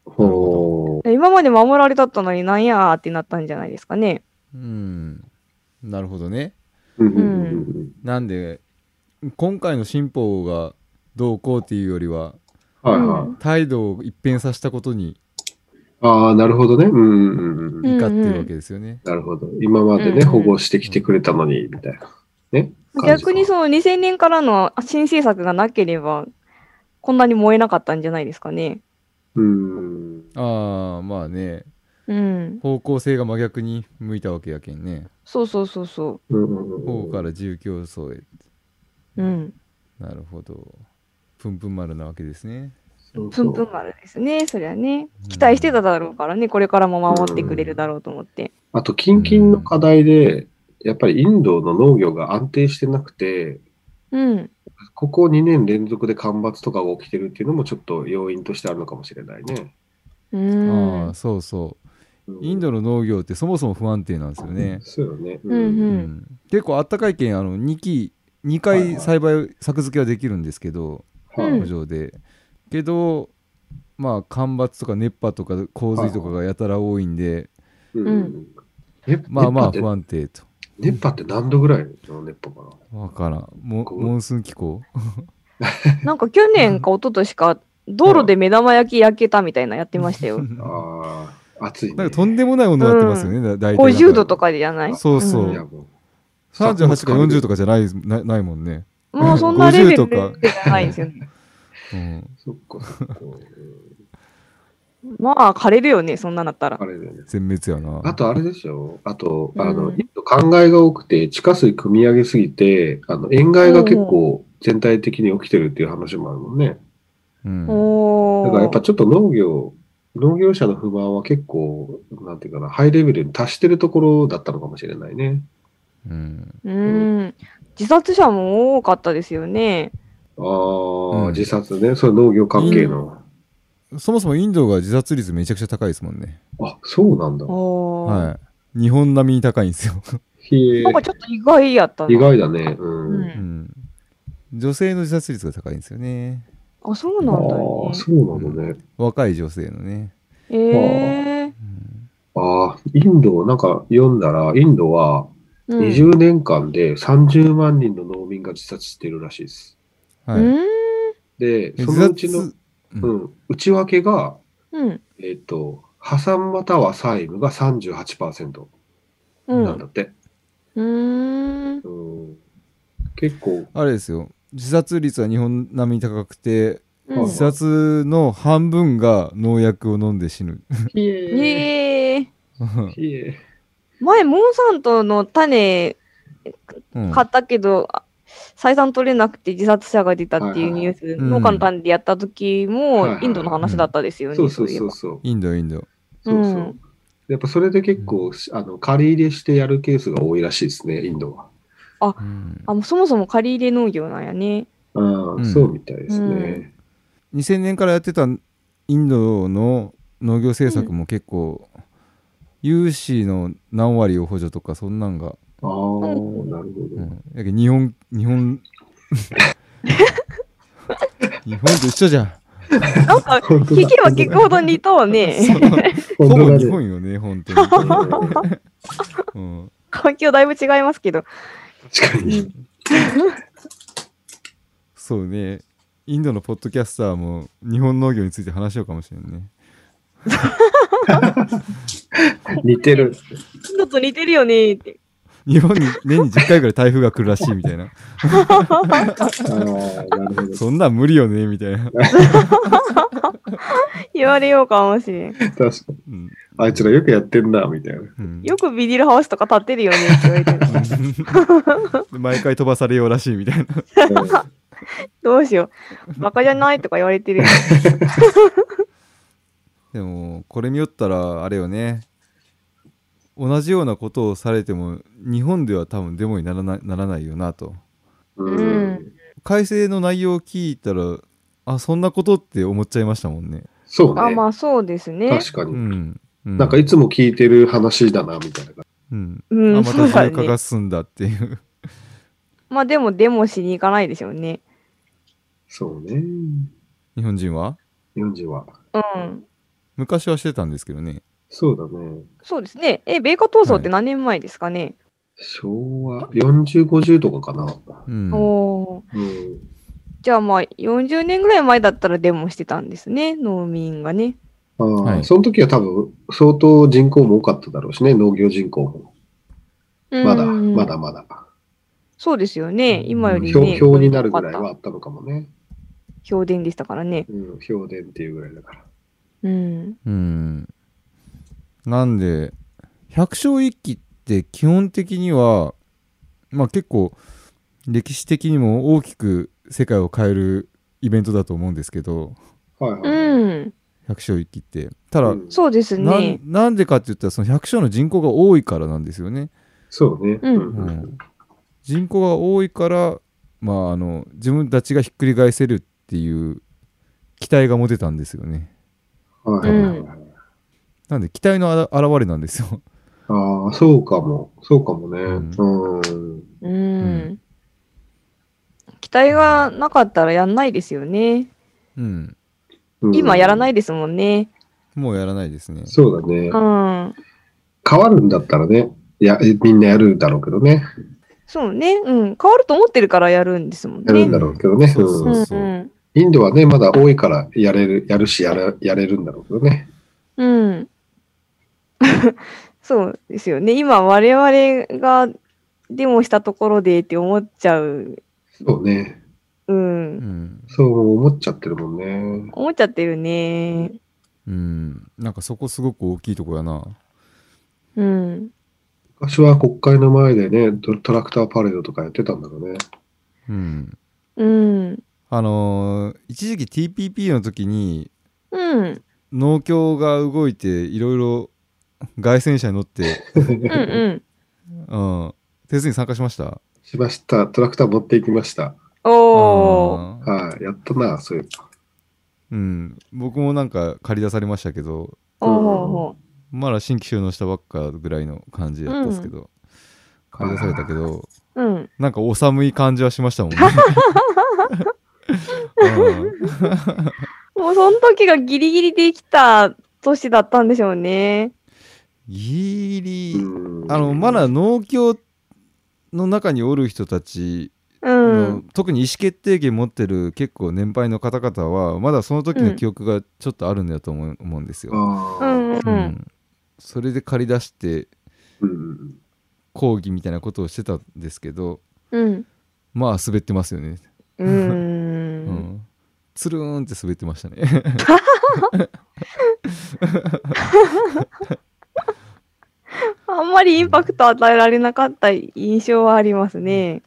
Speaker 3: ほう。
Speaker 2: 今まで守られたったのになんやーってなったんじゃないですかね。
Speaker 1: うんなるほどね
Speaker 3: うんうんうんうん
Speaker 1: なんで今回の新法がどうこうっていうよりは
Speaker 3: はい
Speaker 2: うん
Speaker 3: はい。
Speaker 1: 態度を一変させたことに
Speaker 3: ああ、なるほどね。うんうんうんう
Speaker 2: ん
Speaker 3: ん。
Speaker 1: 怒ってるわけですよね、
Speaker 3: なるほど。今までね、
Speaker 2: うん
Speaker 3: 保護してきてくれたのに、みたいな。ね。感じか
Speaker 2: 逆にその2000年からの新政策がなければ、こんなに燃えなかったんじゃないですかね。
Speaker 3: うん。
Speaker 1: ああまあね
Speaker 2: うん。
Speaker 1: 方向性が真逆に向いたわけやけんね
Speaker 2: そうそうそうそ
Speaker 3: うんうん
Speaker 1: 方
Speaker 3: うん
Speaker 1: から自由競争へ
Speaker 2: う。うん。
Speaker 1: なるほどプンプン丸なわけですね
Speaker 3: そう
Speaker 2: プ
Speaker 3: そう
Speaker 2: ンプン丸ですね、そりゃね。期待してただろうからね、これからも守ってくれるだろうと思って。
Speaker 3: あと、近々の課題で、やっぱりインドの農業が安定してなくて、
Speaker 2: うん。
Speaker 3: ここ2年連続で干ばつとかが起きてるっていうのもちょっと要因としてあるのかもしれないね。
Speaker 2: うん。
Speaker 1: ああそうそう
Speaker 3: うん
Speaker 1: インドの農業ってそもそも不安定なんですよね、
Speaker 3: そうよね。
Speaker 2: うんうん
Speaker 1: うん結構あったかいけんあの2期2回栽培、作付けはできるんですけど
Speaker 3: はい
Speaker 2: うん
Speaker 1: 工場で、けどまあ干ばつとか熱波とか洪水とかがやたら多いんで、
Speaker 3: うん
Speaker 2: うん
Speaker 3: 熱
Speaker 1: まあまあ
Speaker 3: 熱
Speaker 1: 不
Speaker 3: 波って
Speaker 1: 安定と
Speaker 3: 熱波って何度ぐらいの熱波か
Speaker 1: わからんモ
Speaker 3: こう
Speaker 1: モンスーン気候
Speaker 2: なんか去年か一昨年か、道路で目玉焼き焼けたみたいなやってましたよ。
Speaker 3: なああ、暑いね。
Speaker 1: なんかとんでもない温度になってますよね、だ大体なん
Speaker 2: 50度とかじゃない
Speaker 1: そうそう、
Speaker 3: いやも
Speaker 1: 38か40とかじゃないなないもんね、
Speaker 2: もうそんなレベル
Speaker 1: 50
Speaker 2: でじ
Speaker 1: とか
Speaker 2: ゃないですよね。
Speaker 1: うん、
Speaker 3: うそっかそっか。
Speaker 2: まあ、枯れるよね、そんななったら
Speaker 3: あ。れだよね。
Speaker 1: 全滅やな
Speaker 3: あとあれでしょあと、
Speaker 2: うん
Speaker 3: あの、インド灌漑が多くて、地下水汲み上げすぎて、あの、塩害が結構全体的に起きてるっていう話もあるもんね。
Speaker 1: うん
Speaker 2: お
Speaker 3: だ
Speaker 2: ー。
Speaker 3: からやっぱちょっと農業、農業者の不満は結構、なんていうかな、ハイレベルに達してるところだったのかもしれないね。
Speaker 1: うん
Speaker 2: うん。自殺者も多かったですよね。
Speaker 3: ああ、
Speaker 1: うん
Speaker 3: 自殺ね。それ農業関係の。
Speaker 1: そもそもインドが自殺率めちゃくちゃ高いですもんね。
Speaker 3: あ、そうなんだ。
Speaker 2: おー。
Speaker 1: はい。日本並みに高いんですよ。
Speaker 3: へえ
Speaker 2: なんかちょっと意外やったな。
Speaker 3: 意外だね。う。
Speaker 2: うん。
Speaker 1: うんん。女性の自殺率が高いんですよね。
Speaker 2: あ、そう
Speaker 3: ああ
Speaker 2: なんだ
Speaker 3: ー、
Speaker 2: よ
Speaker 3: そうなのね。
Speaker 1: 若い女性のね。
Speaker 2: ね。えー。
Speaker 1: うん
Speaker 3: ああ、インド、なんか読んだら、インドは
Speaker 2: うん
Speaker 3: 20年間で30万人の農民が自殺してるらしいです。
Speaker 1: はい。
Speaker 3: で、
Speaker 1: え
Speaker 3: そのうちの、、
Speaker 1: う、
Speaker 3: うんん、内訳が、
Speaker 2: うん。
Speaker 3: えっ、と、破産または債務が38%
Speaker 2: う
Speaker 3: なん
Speaker 2: ん。
Speaker 3: だって。
Speaker 2: うん。
Speaker 3: うん、結構、
Speaker 1: あれですよ。自殺率は日本並みに高くて、
Speaker 2: うん
Speaker 1: 自殺の半分が農薬を飲んで死ぬ。
Speaker 3: ひえ
Speaker 2: えー。
Speaker 1: うん
Speaker 3: ひえ
Speaker 2: 前、モンサントの種
Speaker 1: うん
Speaker 2: 買ったけど、あ採算取れなくて自殺者が出たっていうニュース、
Speaker 1: いはい
Speaker 2: 農家の種でやった時
Speaker 3: はい
Speaker 2: も
Speaker 3: はい
Speaker 2: インドの話だったですよね。
Speaker 3: そうそう
Speaker 2: いえ
Speaker 3: そ
Speaker 2: ば。
Speaker 3: うそう。
Speaker 1: インドインド
Speaker 3: そうそううんやっぱそれで結構、あの、借り入れしてやるケースが多いらしいですね、インドは。
Speaker 1: うん
Speaker 2: あもうそもそも借り入れ農業なんやね。 [LAUGHS]
Speaker 3: あ
Speaker 1: う
Speaker 3: あ、
Speaker 1: ん
Speaker 3: そうみたいですね。
Speaker 1: 2000年からやってたインドの農業政策も結構、有志の何割を補助とかそんなんが、
Speaker 3: ああ、なるほ
Speaker 2: うん
Speaker 1: う
Speaker 3: ど。
Speaker 1: ん、やけ日本日本日本と一緒じゃん
Speaker 2: なん
Speaker 3: [LAUGHS]
Speaker 2: か
Speaker 3: 本当だ
Speaker 2: 聞けば聞くほど似とう
Speaker 3: [LAUGHS]
Speaker 2: ね。
Speaker 1: ほ
Speaker 3: 本当
Speaker 1: ぼ
Speaker 3: だ
Speaker 1: 日
Speaker 3: ね。
Speaker 1: 本よね本当
Speaker 3: うん確
Speaker 1: に、うん、
Speaker 2: 環境だいぶ違いますけど。
Speaker 3: かに。
Speaker 1: そうねインドのポッドキャスターも日本農業について話しようかもしれんね
Speaker 3: 似てる。
Speaker 2: ちょっと似てるよねって。
Speaker 1: 日本に年に10回ぐらい台風が来るらしいみたいな
Speaker 3: ああ、なるほど。
Speaker 1: そんなん無理よねみたいな、
Speaker 2: 言われようかもしれん。
Speaker 1: [LAUGHS]
Speaker 3: 確かに。
Speaker 1: うん
Speaker 3: あいつらよくやってんだ、みたいな。
Speaker 1: うん
Speaker 2: よくビニールハウスとか建ってるよねって言われてる。
Speaker 1: で [LAUGHS] 毎回飛ばされようらしいみたいな [LAUGHS]
Speaker 2: どうしよう。バカじゃないとか言われてるよ。
Speaker 1: でもこれ見よったらあれよね同じようなことをされても日本では多分デモにならないならないよなと
Speaker 3: うん
Speaker 2: うん
Speaker 1: 改正の内容を聞いたらあそんなことって思っちゃいましたもんね
Speaker 3: そう
Speaker 2: あ
Speaker 3: ね。
Speaker 2: まあそうですね。
Speaker 3: 確か
Speaker 1: う
Speaker 3: に。
Speaker 1: ん、うん、
Speaker 3: なんかいつも聞いてる話だな、みたいな。
Speaker 1: うん、
Speaker 2: う
Speaker 1: あ
Speaker 2: ん、
Speaker 1: ま
Speaker 2: そ
Speaker 1: た
Speaker 2: うだ
Speaker 1: 風
Speaker 2: ね
Speaker 1: 化。が進んだっていう [LAUGHS]
Speaker 2: まあでもデモしに行かないでしょうね。
Speaker 3: そうね。
Speaker 1: 日本人は
Speaker 3: 40は。
Speaker 2: うん。
Speaker 1: 昔はしてたんですけどね
Speaker 3: そうだね。
Speaker 2: そうですね。え、米花闘争って何年前ですかね。
Speaker 3: 昭和40、50とかかな。
Speaker 1: うん
Speaker 2: おおー。
Speaker 3: うん。
Speaker 2: じゃあまあ40年ぐらい前だったらデモしてたんですね。農民がね。
Speaker 3: ああ、
Speaker 1: はい
Speaker 3: その時は多分相当人口も多かっただろうしね、農業人口も。まだ、
Speaker 2: うん
Speaker 3: まだ。まだ。
Speaker 2: そうですよね。今より
Speaker 3: 表
Speaker 2: ね。
Speaker 3: 表になるぐらい
Speaker 2: 多か
Speaker 3: は
Speaker 2: っ
Speaker 3: あったのかもね。
Speaker 2: た。表現でしたからね。
Speaker 3: うん、評伝っていうぐらいだから。
Speaker 2: うん。
Speaker 1: うん。なんで、百姓一揆って基本的には、まあ結構歴史的にも大きく世界を変えるイベントだと思うんですけど、
Speaker 3: はいはい。
Speaker 2: うん。
Speaker 1: 百姓一揆って。ただ、
Speaker 3: うん
Speaker 2: そうです
Speaker 1: なん。
Speaker 2: ね
Speaker 1: なんでかって言ったらその百姓の人口が多いからなんですよね。
Speaker 3: そうね。
Speaker 2: うん
Speaker 1: う。ん、人口が多いから、まあ、あの自分たちがひっくり返せるっていう期待が持てたんですよね。
Speaker 3: はいはいはい。
Speaker 1: なんで期待のあら表れなんですよ。
Speaker 3: ああ、そうかも。そうかもね。う。
Speaker 1: うん
Speaker 2: う。
Speaker 1: うん
Speaker 2: 期待がなかったらやんないですよね。
Speaker 1: うん、
Speaker 3: うん。
Speaker 2: 今やらないいですもんね。
Speaker 1: もうやらないですね。
Speaker 3: そうだね
Speaker 2: う。ん。
Speaker 3: 変わるんだったらね。いや、えみんなやるだろうけどね。
Speaker 2: そうね。うん。変わると思ってるからやるんですもん
Speaker 3: やるん
Speaker 2: ね。
Speaker 3: だろうけどね。
Speaker 1: そうそう
Speaker 3: うん
Speaker 2: うんうん。
Speaker 3: インドはね、まだ多いからやれる、やるし、やれやれるんだろうけどね。
Speaker 2: うん。 [LAUGHS] そうですよね。今、我々がデモしたところでって思っちゃう。
Speaker 3: そうね。
Speaker 2: うん。
Speaker 1: うん
Speaker 3: そう思っちゃってるもんね。
Speaker 2: 思っちゃってるね。
Speaker 1: うん、なんかそこすごく大きいとこやな。
Speaker 2: うん。
Speaker 3: 昔は国会の前でね、トトラクターパレードとかやってたんだろうね。
Speaker 1: うん。
Speaker 2: うん。
Speaker 1: あのー一時期 TPP の時に
Speaker 2: うん。
Speaker 1: 農協が動いていろいろ外戦車に乗って、
Speaker 2: うん。 [LAUGHS] うん。
Speaker 1: うん、手伝いに参加しました
Speaker 3: しました。トラクター持っていきました。
Speaker 2: おー。
Speaker 1: あー
Speaker 3: はい、やったな、そういう。
Speaker 1: うん。僕もなんか借り出されましたけど、
Speaker 2: おーお
Speaker 1: まだ新規収納したばっかぐらいの感じだったんですけど、借り出されたけど、
Speaker 2: ーうん。
Speaker 1: なんかお寒い感じはしま
Speaker 2: [LAUGHS]
Speaker 1: したもんね。うん
Speaker 2: もうその時がギリギリできた年だったんでしょうね。
Speaker 1: ギリ
Speaker 3: うん
Speaker 1: あのまだ農協の中におる人たち
Speaker 2: う
Speaker 1: の、
Speaker 2: ん。
Speaker 1: 特に意思決定権持ってる結構年配の方々はまだその時の記憶がちょっとあるんだと思う思うんですよ。
Speaker 3: あ
Speaker 2: う
Speaker 3: ー
Speaker 2: ん。
Speaker 1: う
Speaker 2: うん。
Speaker 1: んそれで借り出して
Speaker 3: うん。
Speaker 1: 抗議みたいなことをしてたんですけど
Speaker 2: うん。
Speaker 1: まあ滑ってますよね。
Speaker 2: う
Speaker 1: うん
Speaker 2: ん。
Speaker 1: つるーんって滑ってましたね。
Speaker 2: あんまりインパクト与えられなかった印象はありますね。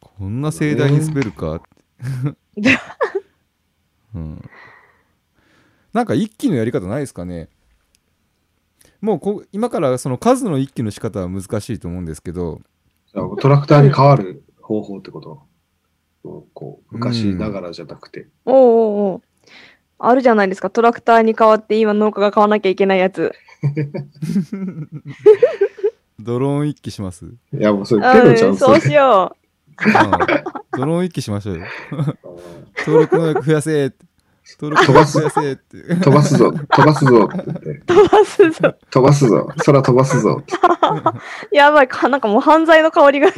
Speaker 1: こんな盛大に滑るかってうん、なんか一期のやり方ないですかねもうこ今からその数の一期の仕方は難しいと思うんですけど
Speaker 3: じゃあトラクターに変わる方法ってこともうこう昔ながらじゃなくて。
Speaker 2: おうおうおうあるじゃないですか。トラクターに代わって今農家が買わなきゃいけないやつ。
Speaker 1: ドローン一期します、
Speaker 3: いやもうそれペロちゃ
Speaker 2: うんん、
Speaker 3: そ
Speaker 2: そう
Speaker 3: れ。
Speaker 2: しよ
Speaker 1: うんドローン一期しましょうよ
Speaker 3: あ
Speaker 1: 登録能力増やせって登録能力増やせって
Speaker 3: ー飛ばすぞ、飛ばすぞって言って
Speaker 2: う。。飛ばす [LAUGHS] ぞ。
Speaker 3: 飛ばすぞ、空飛ばすぞって。
Speaker 2: やばいか。なんかもう犯罪の香りが。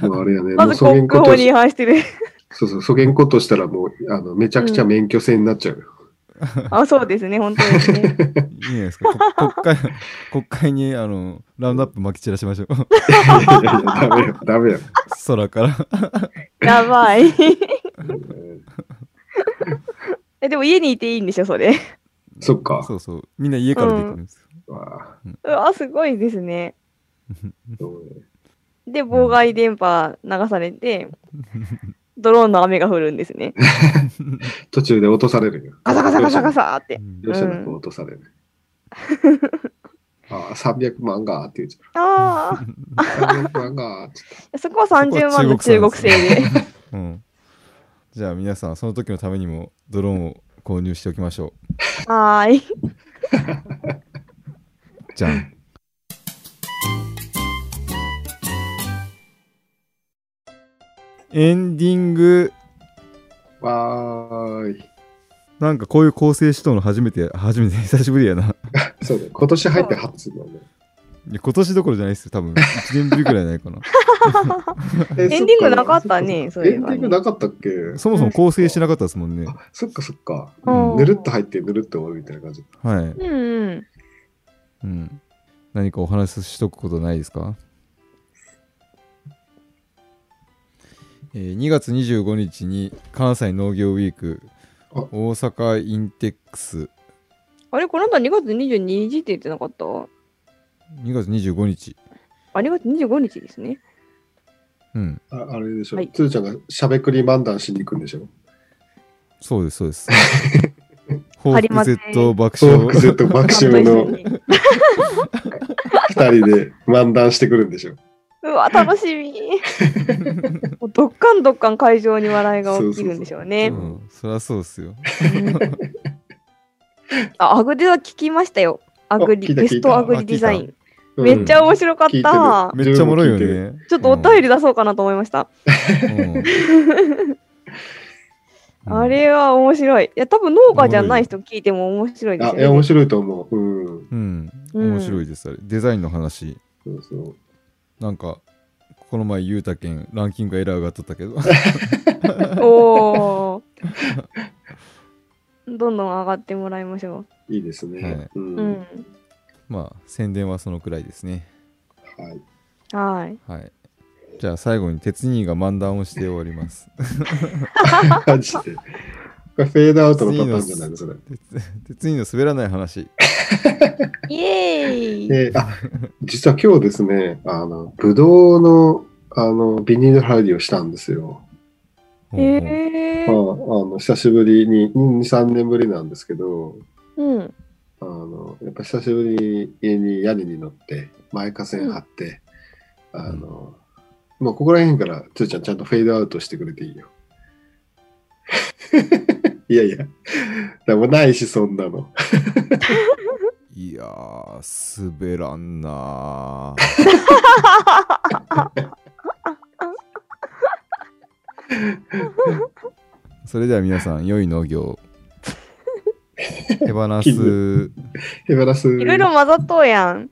Speaker 3: もうあれやね、も
Speaker 2: ま
Speaker 3: う
Speaker 2: ず
Speaker 3: そげ
Speaker 2: 国
Speaker 3: んこ
Speaker 2: 法
Speaker 3: と
Speaker 2: に違
Speaker 3: し
Speaker 2: 反してる。
Speaker 3: そうそう、そげんことしたらもう、あの、めちゃくちゃ免許制になっちゃう
Speaker 2: [LAUGHS]
Speaker 3: よ。
Speaker 2: あ、そうですね。本当です [LAUGHS] ね。
Speaker 1: いいじゃないですかこ国会国会にあのラウンドアップ撒き散らしましょう
Speaker 3: いやいやいや、ダメよ、ダメよ。
Speaker 1: 空から
Speaker 2: やばい。
Speaker 3: うん
Speaker 2: え、でも家にいていいんでしょ、それ。
Speaker 3: そっか。
Speaker 1: そうそうみんな家からできるんですよ、
Speaker 3: わあ
Speaker 2: うわ、すごいですね。
Speaker 3: そうね
Speaker 2: で、妨害電波流されて、ドローンの雨が降るんですね。
Speaker 3: 途中で落とされるよ。
Speaker 2: ガサガサガサガサって。
Speaker 1: うん
Speaker 3: 容赦なく落とされる。ああ、300万がーって言うじ
Speaker 2: ああ。
Speaker 3: ゃん。300万がーって
Speaker 2: そ [LAUGHS] こは30万の中国製で。
Speaker 1: [LAUGHS] うん、じゃあ皆さんその時のためにもドローンを購入しておきましょ
Speaker 2: はーい。
Speaker 1: うじゃんエンディング
Speaker 3: わーい。
Speaker 1: なんかこういう構成指導の初めて [LAUGHS] 初めて久しぶりやない
Speaker 3: そうね、今年入って初だね。
Speaker 1: や今年どころじゃないですよ多分1年ぶりぐらいないかな
Speaker 3: え
Speaker 2: エンディング
Speaker 3: そっか
Speaker 2: なかったね
Speaker 3: そ
Speaker 2: そ
Speaker 3: っ
Speaker 2: う
Speaker 3: か
Speaker 2: い
Speaker 3: エ
Speaker 2: えばね
Speaker 3: ンディングなかったっけ
Speaker 1: そもそも構成してなかったですもんね
Speaker 3: あ、そっかそっか。
Speaker 1: うん
Speaker 3: ぬるっと入って、ぬるっと終わるみたいな感じ。
Speaker 1: はい、
Speaker 2: うんうん。
Speaker 1: うん、何かお話ししとくことないですか、えー ?2 月25日に関西農業ウィーク
Speaker 3: あ
Speaker 1: 大阪インテックス
Speaker 2: あれ、この後2月22日って言ってなかった
Speaker 1: 2月25日、
Speaker 2: あ、2月25日ですね。
Speaker 1: うん、
Speaker 3: ああれでしょ、
Speaker 2: はい
Speaker 3: つーちゃんがしゃべくり漫談しに行くんでしょ
Speaker 1: そうですそうです報
Speaker 2: ありま
Speaker 1: 復
Speaker 2: せん
Speaker 1: Z 爆
Speaker 3: 東北
Speaker 1: 笑
Speaker 3: Z 爆
Speaker 2: ちゃんと [LAUGHS] 一緒
Speaker 3: 笑の
Speaker 2: に。
Speaker 3: 2人で漫談してくるんでしょ
Speaker 2: うわ、楽し
Speaker 3: [LAUGHS]
Speaker 2: み。もうどっかんどっかん会場に笑いが起きるんでしょう
Speaker 1: う
Speaker 2: ね。
Speaker 1: ん、そりゃそうっすよ
Speaker 2: あ、アグリは聞きましたよ。アグ
Speaker 3: あ聞
Speaker 2: リ、
Speaker 3: いた
Speaker 2: ベス
Speaker 3: 聞い
Speaker 2: ト
Speaker 3: た
Speaker 2: アグリデザイン。
Speaker 3: うん
Speaker 2: めっちゃ面白かった。
Speaker 3: 聞
Speaker 2: ち
Speaker 3: いてる
Speaker 2: ょ
Speaker 1: めっちゃおもろいよ
Speaker 3: 自分
Speaker 1: ね
Speaker 2: っとお便り出そうかなと思いました。
Speaker 1: うん
Speaker 2: [LAUGHS] あれは面白い。いや、多分農家じゃない人聞いても面白いです
Speaker 3: あ
Speaker 2: よ
Speaker 3: いや面
Speaker 2: ね。
Speaker 3: 白いと思ううん
Speaker 1: うん
Speaker 2: うん
Speaker 1: 面白いですあれデザインの話
Speaker 3: そうそう
Speaker 1: なんか、この前、ゆうたけん、ランキングがエラーがとったけど、
Speaker 2: おお。どんどん上がってもらいましょ
Speaker 3: いいですね、
Speaker 1: はい
Speaker 3: うん
Speaker 2: う。うん。
Speaker 1: まあ、宣伝はそのくらいですね。
Speaker 3: は
Speaker 2: は
Speaker 3: い、
Speaker 2: い。
Speaker 1: はい。じゃあ、最後に、鉄兄が漫談をして終わります。 [LAUGHS]
Speaker 3: [LAUGHS] マジでこれフェードアウトのパターンじゃないのそれ
Speaker 1: 鉄鉄兄の滑らない話。
Speaker 2: イエーイ。
Speaker 3: であ実は今日ですねあのブドウのあのビニール入りをしたんですよ、
Speaker 1: ほうほう
Speaker 2: へえ
Speaker 3: まあ、あ。の久しぶりに23年ぶりなんですけど
Speaker 2: うん。
Speaker 3: あのやっぱ久しぶりに家に屋根に乗って前架線張って、あのもうここら辺からつーちゃんちゃんとフェードアウトしてくれていいよ [LAUGHS] いやいやでもないしそんなの
Speaker 1: いやー、滑らんなー。それでは皆さん、良い農業を。手放す。
Speaker 3: ヘバラス
Speaker 2: いろいろ混ざっとうやん。